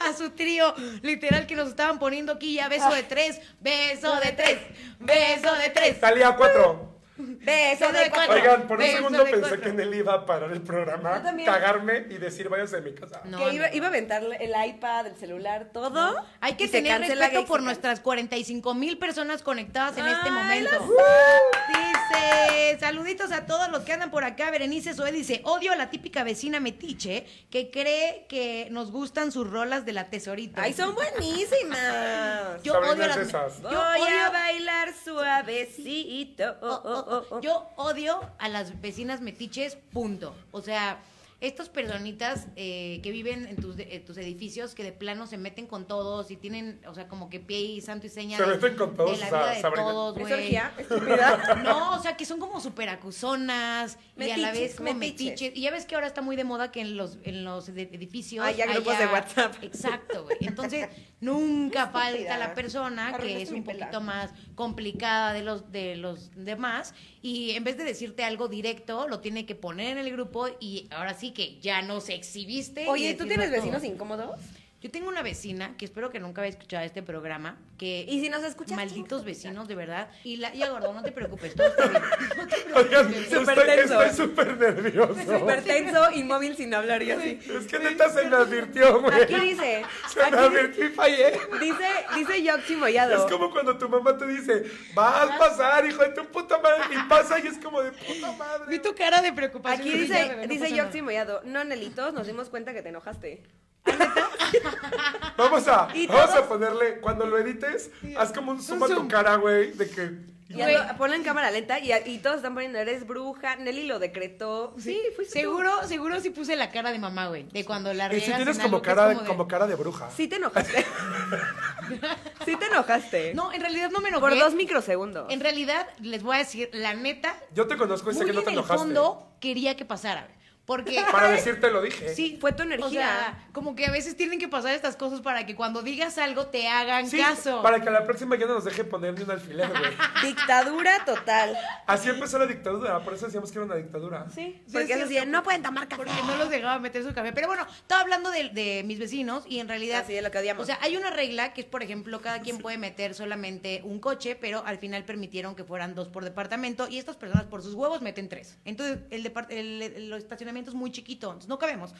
Speaker 3: a su trío, literal, que nos estaban poniendo aquí ya beso de tres, beso de tres, beso de tres.
Speaker 1: Talía 4.
Speaker 2: [LAUGHS] Beso de cuatro.
Speaker 1: Oigan, por un
Speaker 3: Beso
Speaker 1: segundo
Speaker 3: de
Speaker 1: pensé
Speaker 3: cuatro.
Speaker 1: que Nelly iba a parar el programa,
Speaker 2: Yo también.
Speaker 1: cagarme y decir váyase de mi casa.
Speaker 3: No,
Speaker 2: que iba,
Speaker 3: no.
Speaker 2: iba a aventar el iPad, el celular, todo.
Speaker 3: Hay que
Speaker 2: y se
Speaker 3: tener
Speaker 2: cancela
Speaker 3: respeto
Speaker 2: Geeks,
Speaker 3: por
Speaker 2: se cancela.
Speaker 3: nuestras 45 mil personas conectadas en este
Speaker 2: Ay,
Speaker 3: momento.
Speaker 2: las
Speaker 3: Dice, saluditos a todos los que andan por acá. Berenice Zoe dice, odio a la típica vecina metiche que cree que nos gustan sus rolas de la tesorita.
Speaker 2: Ay, son buenísimas.
Speaker 3: Yo
Speaker 1: Sabrina
Speaker 3: odio a las-
Speaker 1: es esas.
Speaker 3: yo
Speaker 2: Voy a
Speaker 3: odio-
Speaker 2: bailar suavecito. Oh, oh, oh, oh.
Speaker 3: Yo odio a las vecinas metiches, punto. O sea, estas personitas eh, que viven en tus, en tus edificios, que de plano se meten con todos y tienen, o sea, como que pie y santo y seña.
Speaker 1: Se
Speaker 3: de-
Speaker 1: meten con todos,
Speaker 3: de la
Speaker 1: o sea,
Speaker 3: vida de
Speaker 1: Sabrina.
Speaker 3: todos,
Speaker 2: ¿Es
Speaker 3: güey.
Speaker 2: orgía? ¿Estúpida?
Speaker 3: No, o sea, que son como súper acusonas y a la
Speaker 2: Metiches,
Speaker 3: vez como
Speaker 2: metiches.
Speaker 3: metiches. Y ya ves que ahora está muy de moda que en los, en los ed- edificios.
Speaker 2: Hay ya grupos de WhatsApp.
Speaker 3: Exacto, güey.
Speaker 2: [LAUGHS]
Speaker 3: Entonces, nunca falta la persona
Speaker 2: Arruinaste
Speaker 3: que es
Speaker 2: mi
Speaker 3: un
Speaker 2: pela.
Speaker 3: poquito más complicada de los, de los demás. Y en vez de decirte algo directo, lo tiene que poner en el grupo. Y ahora sí que ya nos exhibiste.
Speaker 2: Oye,
Speaker 3: y
Speaker 2: ¿tú
Speaker 3: decirlo
Speaker 2: tienes vecinos
Speaker 3: todo.
Speaker 2: incómodos?
Speaker 3: Yo tengo una vecina que espero que nunca haya escuchado este programa. Que
Speaker 2: Y si nos escuchas,
Speaker 3: Malditos
Speaker 2: chinga.
Speaker 3: vecinos, de verdad. Y la, ya, gordo, no te preocupes. todo está bien. No te preocupes.
Speaker 1: Oigan,
Speaker 2: Súper
Speaker 1: estoy-
Speaker 2: tenso.
Speaker 1: estoy súper nervioso.
Speaker 2: Súper tenso, inmóvil sin hablar y así.
Speaker 1: Es que neta se me advirtió, güey.
Speaker 2: Aquí dice,
Speaker 1: Se me
Speaker 2: aquí
Speaker 1: advirtió y fallé.
Speaker 2: dice, dice Yoxi
Speaker 1: Es
Speaker 2: Mollado.
Speaker 1: como cuando tu mamá te dice, vas a pasar, hijo de tu puta madre, y pasa, y es como de puta madre.
Speaker 3: Vi tu cara de preocupación.
Speaker 2: Aquí
Speaker 3: Pues Sí, ya, bebé,
Speaker 2: dice,
Speaker 3: no
Speaker 2: dice
Speaker 3: pasa nada.
Speaker 2: Yoxi Mollado, no, Nelitos, nos dimos cuenta que te enojaste.
Speaker 1: Vamos a,
Speaker 2: Y
Speaker 1: vamos
Speaker 2: todos-
Speaker 1: a ponerle, cuando lo edites, haz como un zoom
Speaker 3: Un
Speaker 1: a tu
Speaker 3: zoom.
Speaker 1: cara, güey, de que...
Speaker 2: Y ando- ponlo en cámara lenta y, y todos están poniendo, eres bruja, Nelly lo decretó. Sí, fuiste tú.
Speaker 3: Seguro, seguro sí puse la cara de mamá, güey. De cuando la
Speaker 1: Y
Speaker 3: regas
Speaker 1: si Eh, tienes
Speaker 3: en
Speaker 1: como
Speaker 3: algo que
Speaker 1: cara,
Speaker 3: es
Speaker 1: de,
Speaker 3: de-
Speaker 1: como cara de bruja.
Speaker 2: Sí te
Speaker 3: [LAUGHS]
Speaker 2: enojaste. sí te enojaste.
Speaker 3: No, en realidad no me enojé.
Speaker 2: Por dos microsegundos.
Speaker 3: En realidad, les voy a decir, la neta,
Speaker 1: Yo te conozco y sé
Speaker 3: muy
Speaker 1: Pues que no
Speaker 3: en
Speaker 1: te
Speaker 3: el
Speaker 1: enojaste.
Speaker 3: fondo quería que pasara. Porque...
Speaker 1: [LAUGHS] Para decirte lo dije.
Speaker 3: Sí,
Speaker 2: Fue tu energía.
Speaker 3: O sea, como que a veces tienen que pasar estas cosas para que cuando digas algo te hagan caso.
Speaker 1: para que a la próxima ya no nos deje poner ni un alfiler,
Speaker 3: [LAUGHS]
Speaker 1: güey.
Speaker 2: Dictadura total.
Speaker 1: Así empezó la dictadura, por eso decíamos que era una dictadura.
Speaker 2: Sí.
Speaker 3: Sí,
Speaker 2: Porque
Speaker 3: es
Speaker 2: eso sí,
Speaker 3: cierto.
Speaker 2: no pueden tomar café.
Speaker 3: Porque no los dejaba meter su café. Pero bueno, estaba hablando de, de mis vecinos y en realidad.
Speaker 2: Así Ah, de lo que odiamos.
Speaker 3: O sea, hay una regla que es, por ejemplo, cada quien puede meter solamente un coche, pero al final permitieron que fueran dos por departamento y estas personas por sus huevos meten tres. Entonces, el, depart- el, el- el estacionamiento es muy chiquito, entonces no cabemos.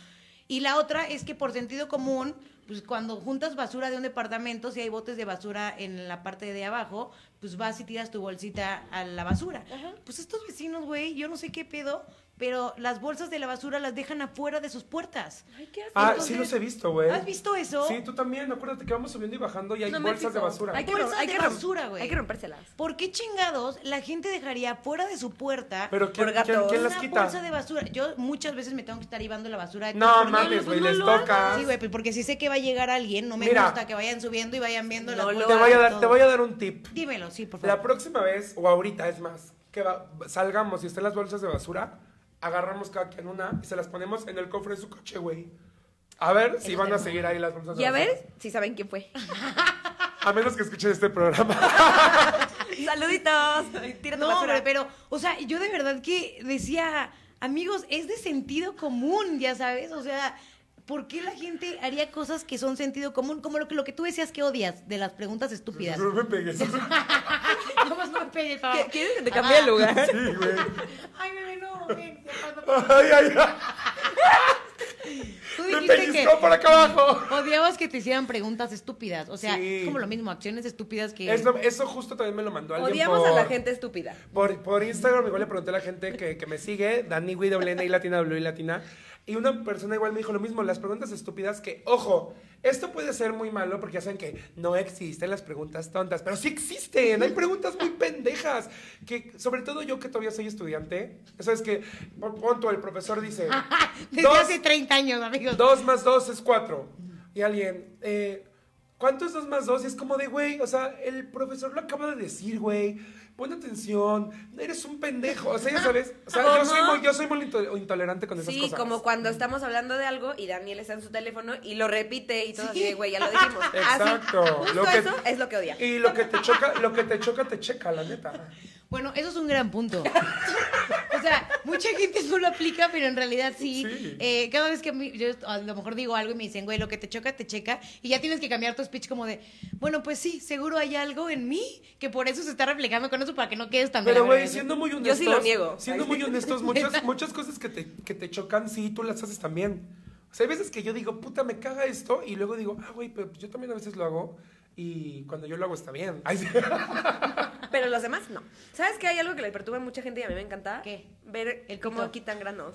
Speaker 3: Y la otra es que por sentido común, pues cuando juntas basura de un departamento, si hay botes de basura en la parte de abajo, pues vas y tiras tu bolsita a la basura. Pues estos vecinos, güey, yo no sé qué pedo, pero las bolsas de la basura las dejan afuera de sus puertas.
Speaker 2: Ay, ¿qué haces?
Speaker 1: Ah, sí
Speaker 3: Entonces,
Speaker 1: los he visto, güey.
Speaker 3: ¿Has visto eso?
Speaker 1: Sí, tú también. Acuérdate que vamos subiendo y bajando y hay
Speaker 2: No me
Speaker 1: bolsas de
Speaker 2: fijo.
Speaker 1: basura.
Speaker 2: Hay que,
Speaker 3: Bolsas
Speaker 2: rom- hay
Speaker 3: de
Speaker 2: que rom-
Speaker 3: basura, güey.
Speaker 2: Hay que rompérselas.
Speaker 3: ¿Por qué chingados la gente dejaría fuera de su puerta
Speaker 1: Pero ¿quién,
Speaker 2: Por
Speaker 1: quién-
Speaker 2: gatos.
Speaker 1: quién las
Speaker 3: una
Speaker 1: quita?
Speaker 3: bolsa de basura? Yo muchas veces me tengo que estar llevando la basura. de
Speaker 1: No,
Speaker 3: todos, porque-
Speaker 1: mames, güey,
Speaker 3: Pues no
Speaker 1: les
Speaker 3: lo
Speaker 1: toca.
Speaker 3: hagas. Sí, güey, pues porque si sé que va a llegar alguien, no me
Speaker 1: Mira.
Speaker 3: gusta que vayan subiendo y vayan viendo
Speaker 2: No
Speaker 3: las
Speaker 2: lo
Speaker 3: bolsas
Speaker 1: Te voy, a
Speaker 3: y
Speaker 1: dar,
Speaker 3: todo.
Speaker 1: te voy a dar un tip.
Speaker 3: Dímelo, sí, por
Speaker 1: La
Speaker 3: favor.
Speaker 1: próxima vez, o ahorita es más, que va- salgamos y estén las bolsas de basura, agarramos cada quien una y se las ponemos en el cofre de su coche, güey. A ver si
Speaker 3: Eso
Speaker 1: van a
Speaker 3: está
Speaker 1: seguir ahí las bolsas de
Speaker 2: Y a
Speaker 1: basura.
Speaker 2: ver si saben quién
Speaker 3: [LAUGHS]
Speaker 2: fue.
Speaker 1: A menos que escuchen este programa.
Speaker 2: Saluditos. Tira tu
Speaker 3: No,
Speaker 2: basura.
Speaker 3: hombre, pero, o sea, yo de verdad que decía, amigos, es de sentido común, ya sabes, o sea, ¿por qué la gente haría cosas que son sentido común? Como lo que, lo que tú decías que odias de las
Speaker 1: [LAUGHS]
Speaker 3: preguntas estúpidas.
Speaker 1: No me pegues.
Speaker 2: [LAUGHS]
Speaker 1: Sí,
Speaker 3: Vamos, no me pegues, por
Speaker 2: ¿Qui-
Speaker 3: favor.
Speaker 2: ¿Quieres que te cambie el lugar?
Speaker 1: güey.
Speaker 3: Ay, bebé, no, ven, ya pasa.
Speaker 1: Ay, ay, ay.
Speaker 3: dijiste que
Speaker 1: pellizcó para acá abajo.
Speaker 3: odiabas que te hicieran preguntas estúpidas. O sea,
Speaker 1: Sí.
Speaker 3: es como lo mismo, acciones estúpidas que.
Speaker 1: Es lo- eso justo también me lo mandó alguien
Speaker 2: Odiamos
Speaker 1: por,
Speaker 2: a la gente estúpida.
Speaker 1: Por, por Instagram igual le pregunté a la gente que, que me sigue, Dani Wii, doble N, I latina, W, I latina. Y una persona igual me dijo lo mismo, las preguntas estúpidas que, ojo, esto puede ser muy malo porque ya saben que no existen las preguntas tontas, pero sí existen, hay preguntas muy pendejas, que sobre todo yo que todavía soy estudiante, eso es que, pon pon tú, el profesor
Speaker 2: [LAUGHS]
Speaker 1: dice,
Speaker 3: [LAUGHS] Desde
Speaker 1: dos-
Speaker 3: hace 30 años, amigos.
Speaker 1: 2 más 2 es 4. Y alguien, eh, ¿cuánto es 2 más 2? Y es como de, güey, o sea, el profesor lo acaba de decir, güey. Pon atención, eres un pendejo. O sea, ya sabes. O sea, yo
Speaker 2: ¿Cómo?
Speaker 1: soy, muy, yo soy muy into- intolerante con esas
Speaker 2: Sí,
Speaker 1: cosas.
Speaker 2: como cuando estamos hablando de algo y Daniel está en su teléfono y lo repite y todo
Speaker 3: Sí.
Speaker 2: así, de, güey, ya lo dijimos. Así.
Speaker 1: Exacto.
Speaker 2: Justo
Speaker 1: Lo que-
Speaker 2: eso es lo que odia.
Speaker 1: Y lo que te choca, lo que te choca, te checa, la neta.
Speaker 3: Bueno, eso es un gran punto. [LAUGHS] o sea, mucha gente no lo aplica, pero en realidad sí.
Speaker 1: Sí.
Speaker 3: Eh, cada vez que mi- yo a lo mejor digo algo y me dicen, güey, lo que te choca, te checa, y ya tienes que cambiar tu speech como de, bueno, pues sí, seguro hay algo en mí que por eso se está reflejando con eso para que no quedes tan
Speaker 1: Pero,
Speaker 3: grave".
Speaker 1: güey, siendo muy
Speaker 2: Yo
Speaker 1: honestos.
Speaker 2: sí lo niego.
Speaker 1: Siendo
Speaker 2: Ay.
Speaker 1: muy honestos,
Speaker 2: [LAUGHS]
Speaker 1: muchas, muchas cosas que te, que te chocan, sí, tú las haces también. O sea, hay veces que yo digo, puta, me caga esto, y luego digo, ah, güey, pero yo también a veces lo hago, y cuando yo lo hago está bien. [LAUGHS] Ay, sí.
Speaker 2: Pero los demás no. ¿Sabes que hay algo que le perturba a mucha gente y a mí me encanta?
Speaker 3: ¿Qué?
Speaker 2: Ver
Speaker 3: El
Speaker 2: cómo
Speaker 3: pito.
Speaker 2: quitan granos.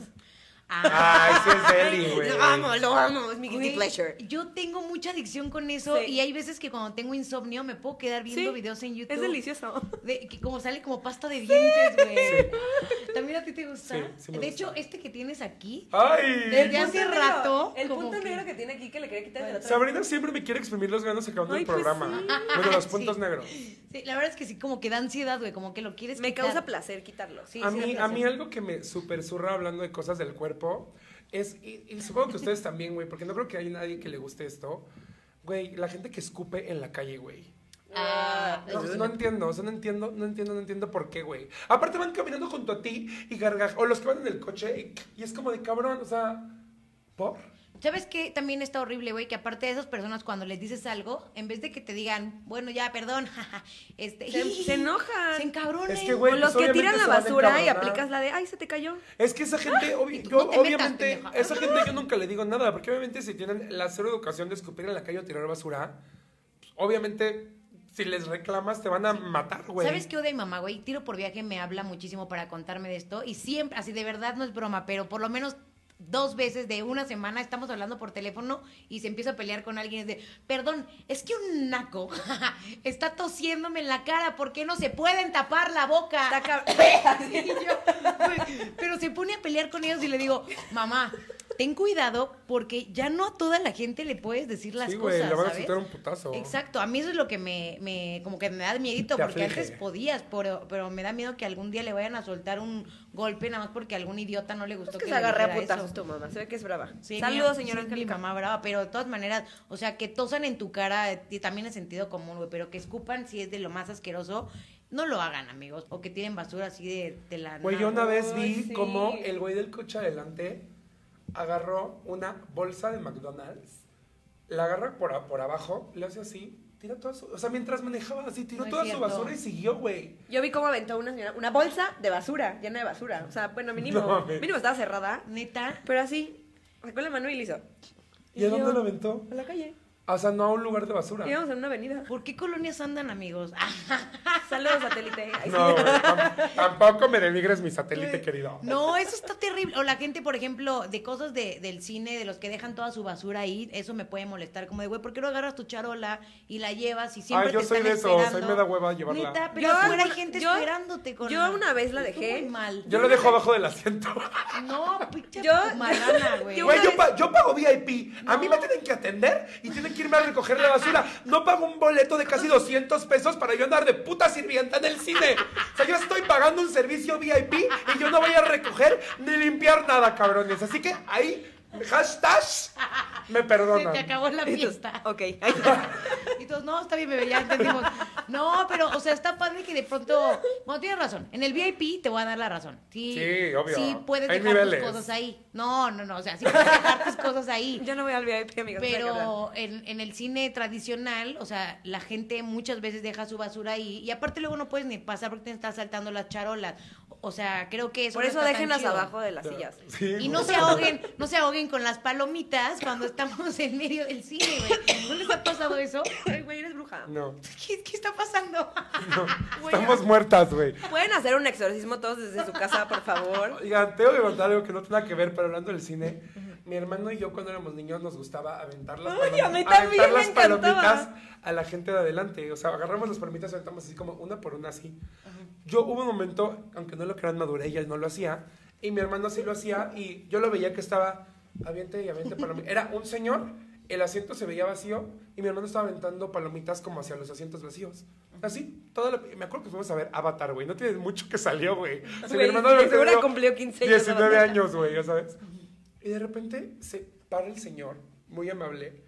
Speaker 1: Ay,
Speaker 3: Ah.
Speaker 1: sí es Deli, güey.
Speaker 2: Lo amo, lo amo, es mi guilty
Speaker 3: Güey,
Speaker 2: pleasure.
Speaker 3: Yo tengo mucha adicción con eso
Speaker 2: Sí.
Speaker 3: y hay veces que cuando tengo insomnio me puedo quedar viendo videos en YouTube.
Speaker 2: Es delicioso.
Speaker 3: De, que como sale como pasta de dientes, güey. ¿También a ti te gusta?
Speaker 1: Sí, sí me
Speaker 3: de
Speaker 1: gusta.
Speaker 3: hecho, este que tienes aquí,
Speaker 1: Ay.
Speaker 3: Desde hace
Speaker 2: punto negro,
Speaker 3: rato,
Speaker 2: El
Speaker 3: como
Speaker 2: punto
Speaker 3: que-
Speaker 2: negro que tiene aquí que le quería quitar el otro.
Speaker 1: Sabrina siempre me quiere exprimir los granos acabando
Speaker 2: Ay,
Speaker 1: el
Speaker 2: pues
Speaker 1: programa.
Speaker 2: sí.
Speaker 1: Bueno, los
Speaker 3: Sí.
Speaker 1: puntos negros.
Speaker 3: sí, la verdad es que sí, como que da ansiedad, güey, como que lo quieres
Speaker 2: Me
Speaker 3: quitar.
Speaker 2: causa placer quitarlo.
Speaker 3: Sí,
Speaker 1: a,
Speaker 3: sí,
Speaker 1: mí,
Speaker 3: la
Speaker 1: a mí
Speaker 3: placer.
Speaker 1: algo que me super zurra hablando de cosas del cuerpo es, y, y supongo que ustedes también, güey, porque no creo que haya nadie que le guste esto, güey, la gente que escupe en la calle, güey.
Speaker 3: Ah,
Speaker 1: No,
Speaker 3: eso es
Speaker 1: no
Speaker 3: una-
Speaker 1: entiendo, o sea, no entiendo, no entiendo, no entiendo por qué, güey. Aparte van caminando junto a ti y gargaja, o los que van en el coche y, y es como de cabrón, o sea, ¿por?
Speaker 3: ¿Sabes qué? También está horrible, güey, que aparte de esas personas cuando les dices algo, en vez de que te digan, bueno, ya, perdón, [LAUGHS] jaja, este...
Speaker 2: Se-
Speaker 3: [LAUGHS]
Speaker 2: se enojan.
Speaker 3: Se encabronan.
Speaker 1: Es que, güey,
Speaker 2: o los
Speaker 1: pues,
Speaker 2: que tiran
Speaker 1: obviamente se van a
Speaker 2: la basura y
Speaker 1: encabronar.
Speaker 2: aplicas la de, ay, se te cayó.
Speaker 1: Es que esa gente, obvi-
Speaker 3: Ah, Y tú
Speaker 1: yo,
Speaker 3: no te metas,
Speaker 1: obviamente,
Speaker 3: pendeja.
Speaker 1: esa gente yo nunca le digo nada, porque obviamente si tienen la cero educación de escupir en la calle o tirar basura, pues, obviamente si les reclamas te van a matar, güey.
Speaker 3: ¿Sabes qué odia mi mamá, güey? Tiro por viaje me habla muchísimo para contarme de esto y siempre, así de verdad no es broma, pero por lo menos dos veces de una semana estamos hablando por teléfono y se empieza a pelear con alguien y es de, perdón, es que un naco [LAUGHS] está tosiéndome en la cara, ¿por qué no se pueden tapar la boca?
Speaker 2: Está cab-
Speaker 3: Y yo, güey, pero se pone a pelear con ellos y le digo, mamá, ten cuidado porque ya no a toda la gente le puedes decir las
Speaker 1: Sí, güey,
Speaker 3: cosas.
Speaker 1: le van a
Speaker 3: ¿sabes?
Speaker 1: soltar un putazo.
Speaker 3: Exacto, a mí eso es lo que me, me como que me da
Speaker 1: [LAUGHS]
Speaker 3: miedito
Speaker 1: Te
Speaker 3: porque
Speaker 1: aflige.
Speaker 3: antes podías, pero, pero me da miedo que algún día le vayan a soltar un golpe nada más porque a algún idiota Pues no le gustó
Speaker 2: Es que se
Speaker 3: que le
Speaker 2: agarra a
Speaker 3: dijera
Speaker 2: putazos
Speaker 3: eso.
Speaker 2: tu mamá, se ve que es brava.
Speaker 3: Sí,
Speaker 2: Saludos,
Speaker 3: mi-
Speaker 2: señora
Speaker 3: sí, mi
Speaker 2: Angélica.
Speaker 3: mamá brava, pero de todas maneras, o sea, que tosan en tu cara eh, y también es sentido común, güey, pero que escupan si es de lo más asqueroso, no lo hagan, amigos, o que tiren basura así de, de la
Speaker 1: Güey, yo
Speaker 3: nada.
Speaker 1: una vez vi
Speaker 2: Ay, sí.
Speaker 1: como el güey del coche adelante agarró una bolsa de McDonald's, la agarra por, a- por abajo, le hace así, tira toda su... O sea, mientras manejaba así, tiró
Speaker 3: No es
Speaker 1: toda su
Speaker 3: cierto.
Speaker 1: basura y siguió, güey.
Speaker 2: Yo vi cómo aventó una señora, una bolsa de basura, llena de basura. O sea, bueno, mínimo,
Speaker 1: No mames.
Speaker 2: mínimo estaba cerrada,
Speaker 3: Neta,
Speaker 2: pero así, sacó la mano y le hizo.
Speaker 1: ¿Y a
Speaker 2: yo,
Speaker 1: dónde lo aventó?
Speaker 2: A la calle.
Speaker 1: O sea, no a un lugar de basura.
Speaker 2: Íbamos en una avenida. [LAUGHS]
Speaker 3: ¿por qué colonias andan, amigos? Ah,
Speaker 2: Saludos, satélite. Ay, sí.
Speaker 1: No, güey, tam- tampoco me denigres mi satélite querido.
Speaker 3: No, eso está terrible. O la gente, por ejemplo, de cosas de, del cine, de los que dejan toda su basura ahí, eso me puede molestar. Como de, güey, ¿por qué no agarras tu charola y la llevas y siempre
Speaker 1: Ay, yo
Speaker 3: te
Speaker 1: soy
Speaker 3: están
Speaker 1: de esos,
Speaker 3: esperando?
Speaker 1: a mí me da hueva llevarla.
Speaker 3: Neta, pero
Speaker 2: Yo
Speaker 3: afuera hay
Speaker 2: alguna-
Speaker 3: gente
Speaker 2: yo-
Speaker 3: esperándote con
Speaker 2: yo una vez la
Speaker 3: Estuvo
Speaker 2: dejé.
Speaker 3: muy mal.
Speaker 1: Yo lo dejo abajo del asiento.
Speaker 3: No, pinche
Speaker 2: Yo-
Speaker 3: marrana, güey.
Speaker 2: yo-
Speaker 1: Güey, yo,
Speaker 2: vez-
Speaker 1: pa- yo pago VIP. A mí me tienen que atender y tienen que irme a recoger la basura. No pago un boleto de casi 200 pesos para yo andar de puta sirvienta en el cine. O sea, yo estoy pagando un servicio VIP y yo no voy a recoger ni limpiar nada, cabrones. Así que ahí, hashtag, me
Speaker 3: Se
Speaker 1: perdonan.
Speaker 3: te acabó la
Speaker 2: Y tú,
Speaker 3: fiesta.
Speaker 2: Ok.
Speaker 1: [LAUGHS]
Speaker 3: Y todos, no, está bien, bebé, ya entendimos. No, pero, o sea, está padre que de pronto. Bueno, tienes razón. En el VIP te voy a dar la razón. Sí,
Speaker 1: Sí, obvio.
Speaker 3: Sí, puedes
Speaker 1: Hay
Speaker 3: dejar
Speaker 1: niveles.
Speaker 3: tus cosas ahí. No, no, no. O sea, sí puedes dejar tus cosas ahí.
Speaker 2: Yo no voy al VIP, amigos. no sé qué hablar.
Speaker 3: Pero en, en el cine tradicional, o sea, la gente muchas veces deja su basura ahí y aparte luego no puedes ni pasar porque te estás saltando las charolas. O- o sea, creo que eso
Speaker 2: Por
Speaker 3: no
Speaker 2: eso
Speaker 3: está tan
Speaker 2: déjenlas
Speaker 3: chido.
Speaker 2: abajo de las sillas.
Speaker 1: [LAUGHS] Sí,
Speaker 3: Y no se ahoguen, no se ahoguen con las palomitas cuando estamos en medio del cine, güey. ¿No les ha pasado eso?
Speaker 2: Ay, güey, eres bruja.
Speaker 1: No,
Speaker 3: ¿Qué, qué
Speaker 1: [LAUGHS]
Speaker 3: está pasando?
Speaker 1: no.
Speaker 3: Bueno.
Speaker 1: Estamos muertas, güey.
Speaker 2: Pueden hacer un exorcismo todos desde su casa, por
Speaker 1: [LAUGHS]
Speaker 2: favor.
Speaker 1: Oigan, tengo que contar algo que no tenga que ver, pero hablando del cine, mi hermano y yo cuando éramos niños nos gustaba aventar las,
Speaker 2: Ay, a mí
Speaker 1: palomitas-
Speaker 2: también
Speaker 1: aventar
Speaker 2: me
Speaker 1: las
Speaker 2: encantaba.
Speaker 1: palomitas a la gente de adelante. O sea, agarramos las palomitas y aventamos así como una por una así. Yo hubo un momento, aunque no lo crean, maduré y él no lo hacía, y mi hermano sí lo hacía, y yo lo veía que estaba aviente y aviente palomitas. Era un señor, el asiento se veía vacío, y mi hermano estaba aventando palomitas como hacia los asientos vacíos. Así, todo lo- me acuerdo que fuimos a ver Avatar, güey. No tiene mucho que salió, güey. Si mi
Speaker 2: Güey,
Speaker 1: hermano hubiera
Speaker 2: seguro
Speaker 1: tenido
Speaker 2: cumplió 15 años,
Speaker 1: 19
Speaker 2: Avatar.
Speaker 1: años, güey, ya sabes. Y de repente se para el señor, muy amable,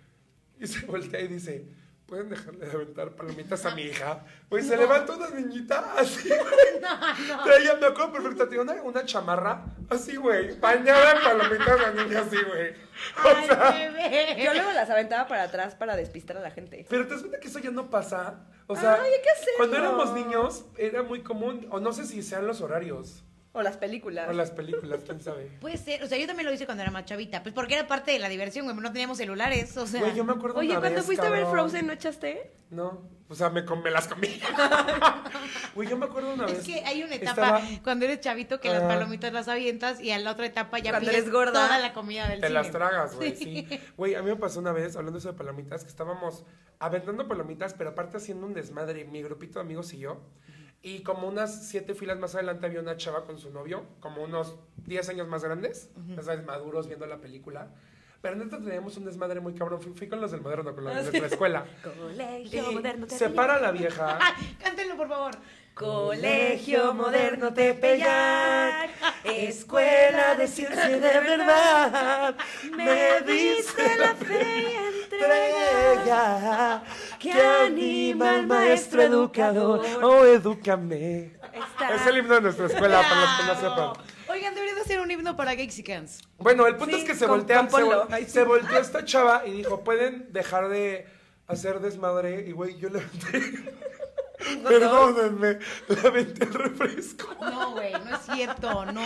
Speaker 1: y se voltea y dice, ¿pueden dejarle de aventar palomitas a mi hija? Güey, se levanta una niñita
Speaker 2: [LAUGHS]
Speaker 1: así, güey. Traía, me acuerdo perfecto, tenía una, una chamarra así, güey. Bañada en palomitas la niña así, güey. O
Speaker 3: Ay,
Speaker 1: sea,
Speaker 3: bebé.
Speaker 2: Yo luego las aventaba para atrás para despistar a la gente.
Speaker 1: pero te das cuenta que eso ya no pasa. O sea,
Speaker 2: Ay, hay que hacerlo.
Speaker 1: cuando éramos niños era muy común, o no sé si sean los horarios,
Speaker 2: O las películas.
Speaker 1: o las películas, quién sabe.
Speaker 3: Puede ser, o sea, yo también lo hice cuando era más chavita, pues porque era parte de la diversión, güey, no teníamos celulares, o sea.
Speaker 1: Güey, yo me acuerdo
Speaker 2: Oye,
Speaker 1: una
Speaker 2: cuando
Speaker 1: vez,
Speaker 2: fuiste a ver
Speaker 1: cabrón.
Speaker 2: Frozen, ¿no echaste?
Speaker 1: No, o sea, me, com- me las comí. Güey, yo me acuerdo una vez.
Speaker 3: Es que hay una etapa
Speaker 1: estaba-
Speaker 3: cuando eres chavito que las
Speaker 1: Ah.
Speaker 3: palomitas las avientas y a la otra etapa ya
Speaker 2: Cuando
Speaker 3: pides
Speaker 2: eres gorda,
Speaker 3: toda la comida del
Speaker 1: Te
Speaker 3: cine.
Speaker 1: las tragas, güey, sí. Güey, a mí me pasó una vez, hablando eso de palomitas, que estábamos aventando palomitas, pero aparte haciendo un desmadre, mi grupito de amigos y yo. Y como unas siete filas más adelante había una chava con su novio, como unos 10 años más grandes, ya sabes, maduros viendo la película. Pero neta teníamos un desmadre muy cabrón. Fui, fui con los del moderno, con los de nuestra escuela.
Speaker 2: Colegio
Speaker 1: Y
Speaker 2: moderno
Speaker 1: se para la vieja.
Speaker 3: Ay, cántenlo, por favor.
Speaker 2: Colegio Moderno Tepeyac, Escuela de Ciencia y de Verdad, me dice la fe y entrega que anima al maestro educador.
Speaker 1: Oh, edúcame.
Speaker 2: Está.
Speaker 1: Es el himno de nuestra escuela, para los que no
Speaker 3: Bravo.
Speaker 1: sepan.
Speaker 3: Oigan, deberían hacer un himno para Gexicans.
Speaker 1: Bueno, el punto
Speaker 2: Sí,
Speaker 1: es que se
Speaker 2: con-
Speaker 1: voltea,
Speaker 2: con
Speaker 1: se, vol-
Speaker 2: Polo.
Speaker 1: se volteó esta chava y dijo, ¿pueden dejar de hacer desmadre? Y güey, yo le
Speaker 2: [LAUGHS]
Speaker 1: aventé, perdónenme, [LAUGHS] le aventé el refresco.
Speaker 3: No, güey, no es cierto, no.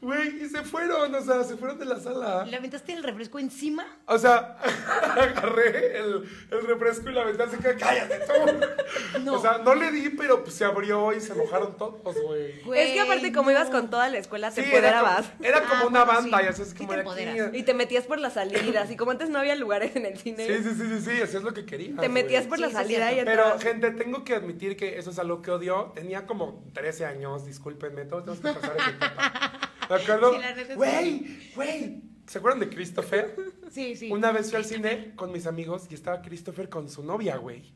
Speaker 1: Güey, y se fueron, o sea, se fueron de la sala.
Speaker 3: ¿Le aventaste el refresco encima?
Speaker 1: O sea, [LAUGHS] agarré el, el refresco y la ventana así que cállate tú.
Speaker 3: No.
Speaker 1: O sea, no le di, pero pues, se abrió y se enojaron todos, güey.
Speaker 3: Güey,
Speaker 2: Es que aparte como
Speaker 3: no.
Speaker 2: ibas con toda la escuela te
Speaker 1: Sí,
Speaker 2: empoderabas.
Speaker 1: Era como, era como
Speaker 3: Ah,
Speaker 1: una
Speaker 3: bueno,
Speaker 1: banda,
Speaker 3: sí.
Speaker 1: ya sabes,
Speaker 3: Sí
Speaker 1: como
Speaker 3: te
Speaker 1: de
Speaker 3: empoderas.
Speaker 1: aquí.
Speaker 2: Y te metías por las salidas, y como antes no había lugares en el cine,
Speaker 1: Sí, sí, sí, sí, sí, eso es lo que quería.
Speaker 2: te metías por
Speaker 3: Sí,
Speaker 2: la
Speaker 3: eso es
Speaker 2: salida y
Speaker 3: cierto.
Speaker 1: Pero,
Speaker 2: entrabas.
Speaker 1: gente, tengo que admitir que eso es algo que odio. Tenía como 13 años, discúlpenme, todos tenemos que pasar esa etapa.
Speaker 3: [LAUGHS]
Speaker 1: ¿De acuerdo?
Speaker 3: Sí, la neta es que
Speaker 1: Güey, güey. ¿Se acuerdan de Christopher?
Speaker 3: Sí, sí.
Speaker 1: Una vez fui al cine con mis amigos y estaba Christopher con su novia, güey.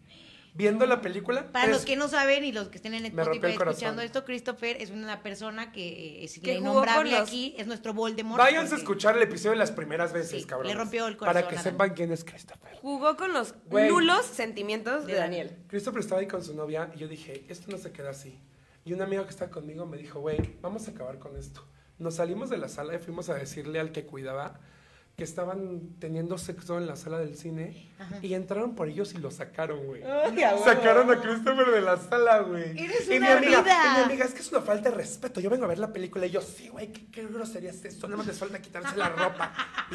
Speaker 1: Viendo la película. pues,
Speaker 3: Para
Speaker 1: pero-
Speaker 3: los que no saben y los que estén en
Speaker 1: rompió
Speaker 3: Spotify
Speaker 1: el corazón.
Speaker 3: escuchando esto, Christopher es una persona que eh, es
Speaker 2: Que jugó
Speaker 3: innombrable
Speaker 2: con los-
Speaker 3: aquí, es nuestro Voldemort.
Speaker 1: Váyanse a
Speaker 3: porque-
Speaker 1: escuchar el episodio de las primeras veces,
Speaker 3: Sí,
Speaker 1: cabrón.
Speaker 3: le rompió el
Speaker 1: Para
Speaker 3: corazón
Speaker 1: que
Speaker 3: a
Speaker 1: sepan quién es Christopher.
Speaker 2: Jugó con los
Speaker 1: Güey.
Speaker 2: nulos sentimientos de
Speaker 3: De
Speaker 2: Daniel.
Speaker 1: Christopher estaba ahí con su novia y yo dije, esto no se queda así. Y un amigo que está conmigo me dijo, güey, vamos a acabar con esto. Nos salimos de la sala y fuimos a decirle al que cuidaba que estaban teniendo sexo en la sala del cine y entraron por ellos y lo sacaron, güey.
Speaker 2: Ay, a huevo.
Speaker 1: Sacaron a Christopher de la sala, güey.
Speaker 3: Eres
Speaker 1: Y mi
Speaker 3: una
Speaker 1: amiga,
Speaker 3: vida.
Speaker 1: y mi amiga, es que es una falta de respeto. Yo vengo a ver la película y yo, sí, güey, qué, qué grosería es esto. Nada más les falta quitarse la
Speaker 3: [LAUGHS]
Speaker 1: ropa.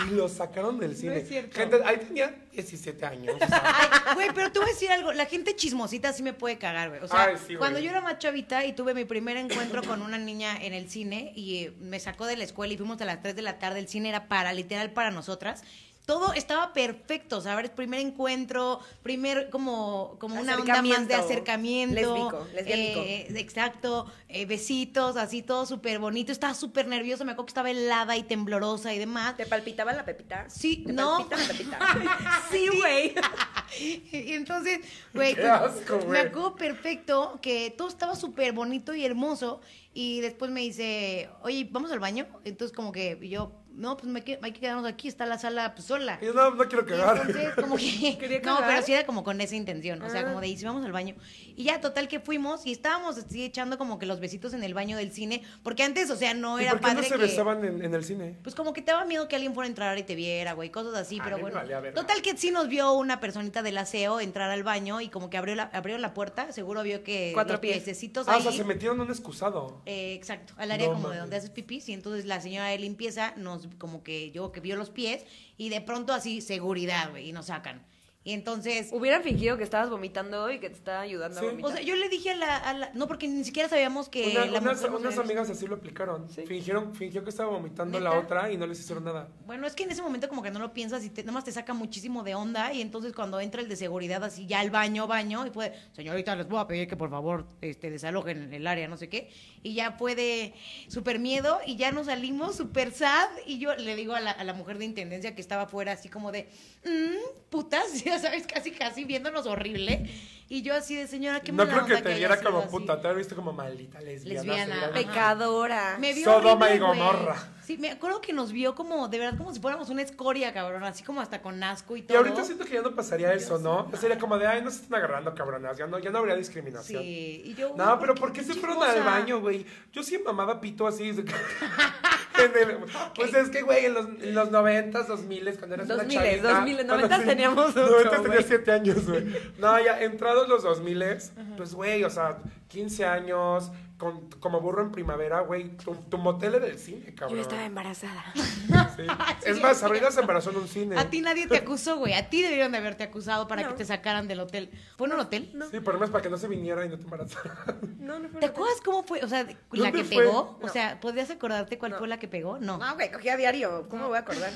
Speaker 1: Y lo sacaron del cine.
Speaker 3: es cierto.
Speaker 1: Gente, ahí tenía 17 años. o sea,
Speaker 3: Ay, Güey, pero te voy a decir algo, la gente chismosita sí me puede cagar, güey. O sea,
Speaker 1: Ay, sí, güey.
Speaker 3: cuando yo era más chavita y tuve mi primer encuentro con una niña en el cine y eh, me sacó de la escuela y fuimos a las 3 de la tarde, el cine era para, literal, para nosotras. Todo estaba perfecto, ¿sabes? Primer encuentro, primer como, como una onda más
Speaker 2: Acercamiento.
Speaker 3: de acercamiento.
Speaker 2: Lésbico, lesbiánico.
Speaker 3: eh, exacto, eh, besitos, así todo súper bonito. Estaba súper nerviosa, me acuerdo que estaba helada y temblorosa y demás.
Speaker 2: ¿Te palpitaba la pepita?
Speaker 3: Sí,
Speaker 2: ¿Te
Speaker 3: no.
Speaker 2: palpita la pepita? sí, güey.
Speaker 3: [LAUGHS] Y entonces, güey,
Speaker 1: Qué asco,
Speaker 3: me
Speaker 1: güey.
Speaker 3: acuerdo perfecto que todo estaba súper bonito y hermoso. Y después me dice, oye, ¿vamos al baño? Entonces, como que yo no, pues me que- hay que quedarnos aquí, está la sala pues, sola.
Speaker 1: Y yo, no, no quiero
Speaker 3: Y
Speaker 1: cagar.
Speaker 3: Entonces,
Speaker 1: [LAUGHS]
Speaker 3: como que.
Speaker 2: ¿Quería
Speaker 3: [LAUGHS] no,
Speaker 2: cagar?
Speaker 3: pero sí era como con esa intención. O sea,
Speaker 2: Ah.
Speaker 3: como de, "Y si vamos al baño. Y ya, total, que fuimos y estábamos así echando como que los besitos en el baño del cine. Porque antes, o sea, no
Speaker 1: ¿Y
Speaker 3: era
Speaker 1: por qué
Speaker 3: padre.
Speaker 1: no se
Speaker 3: que-
Speaker 1: besaban en, en el cine?
Speaker 3: Pues como que te daba miedo que alguien fuera a entrar y te viera, güey, cosas así,
Speaker 1: A
Speaker 3: pero
Speaker 1: mí me
Speaker 3: bueno.
Speaker 1: valía verga.
Speaker 3: Total que sí nos vio una personita del aseo entrar al baño y como que abrió la, abrió la puerta, seguro vio que
Speaker 2: Cuatro
Speaker 3: los
Speaker 2: pies.
Speaker 3: piececitos
Speaker 1: Ah, o
Speaker 3: ahí.
Speaker 1: sea, se metieron un excusado.
Speaker 3: Eh, exacto, al área
Speaker 1: No
Speaker 3: como de
Speaker 1: mames.
Speaker 3: donde haces pipis y entonces la señora de limpieza nos como que yo que vio los pies y de pronto así seguridad, güey, y nos sacan. Y entonces,
Speaker 2: Hubieran fingido que estabas vomitando y que te estaba ayudando
Speaker 1: Sí.
Speaker 2: a
Speaker 3: o
Speaker 2: vomitar.
Speaker 3: sea, yo le dije a la, a la- no porque ni siquiera sabíamos que
Speaker 1: Una-
Speaker 3: la
Speaker 1: unas
Speaker 3: mujer nos
Speaker 1: unas
Speaker 3: había
Speaker 1: amigas así lo aplicaron.
Speaker 2: Sí.
Speaker 1: Fingieron, fingió que estaba vomitando la
Speaker 3: ¿Neta?
Speaker 1: otra y no les hicieron nada.
Speaker 3: Bueno, es que en ese momento como que no lo piensas y te, nada más te saca muchísimo de onda y entonces cuando entra el de seguridad así ya al baño, baño y fue, señorita, les voy a pedir que por favor este, desalojen el área, no sé qué. Y ya fue de súper miedo y ya nos salimos súper sad y yo le digo a la, a la mujer de intendencia que estaba afuera así como de, "Mm, putas, [LAUGHS] ya sabes, casi casi viéndonos horrible. Y yo así de, señora, qué
Speaker 1: No
Speaker 3: mala
Speaker 1: creo que
Speaker 3: onda
Speaker 1: te
Speaker 3: haya
Speaker 1: viera
Speaker 3: sido
Speaker 1: como
Speaker 3: así".
Speaker 1: puta, te había visto como maldita lesbiana.
Speaker 3: Lesbiana,
Speaker 1: seguramente.
Speaker 3: ajá.
Speaker 2: Pecadora.
Speaker 3: Me vio
Speaker 1: Sodoma
Speaker 3: horrible,
Speaker 1: y
Speaker 3: güey.
Speaker 1: Gomorra.
Speaker 3: Sí, me acuerdo que nos vio como, de verdad, como si fuéramos una escoria, cabrón, así como hasta con asco y
Speaker 1: Y
Speaker 3: todo.
Speaker 1: ahorita siento que ya no pasaría eso, ¿no? Sería como de, ay, no se están agarrando, cabronas. Ya no, ya no habría discriminación.
Speaker 3: Sí, y yo,
Speaker 1: No,
Speaker 3: güey,
Speaker 1: pero ¿por qué se fueron al
Speaker 3: chingosa?
Speaker 1: baño, güey? Yo sí mamaba pito así. de- [LAUGHS] en el- Pues es que, güey, en los, en los 90s, 2000 cuando eras una
Speaker 2: 2000s,
Speaker 1: chavita...
Speaker 2: 2000s,
Speaker 1: cuando
Speaker 2: 90s
Speaker 1: sí,
Speaker 2: teníamos ocho,
Speaker 1: 90s
Speaker 2: güey.
Speaker 1: tenía 7 años, güey.
Speaker 2: [LAUGHS]
Speaker 1: No, ya entrados los 2000s, pues, güey, o sea, 15 años, con- como burro en primavera, güey, tu, tu motel era el cine,
Speaker 2: Yo
Speaker 1: cabrón.
Speaker 2: estaba embarazada. [LAUGHS]
Speaker 1: Sí.
Speaker 3: Sí,
Speaker 1: Es más,
Speaker 3: es
Speaker 1: Sabrina se
Speaker 3: cierto.
Speaker 1: embarazó en un cine.
Speaker 3: A ti nadie te acusó, güey. A ti debieron de haberte acusado para
Speaker 2: No.
Speaker 3: que te sacaran del hotel. ¿Fue en un hotel?
Speaker 2: No,
Speaker 1: Sí, por lo menos para que no se viniera y no te embarazara.
Speaker 2: no, no fue una-
Speaker 3: ¿Te acuerdas cómo fue? O sea, de- la
Speaker 1: ¿Dónde
Speaker 3: que
Speaker 1: fue?
Speaker 3: pegó.
Speaker 2: No.
Speaker 3: O sea, ¿podrías acordarte cuál
Speaker 2: No.
Speaker 3: fue la que pegó? No.
Speaker 2: No, güey, cogía a diario. ¿Cómo me voy a acordar?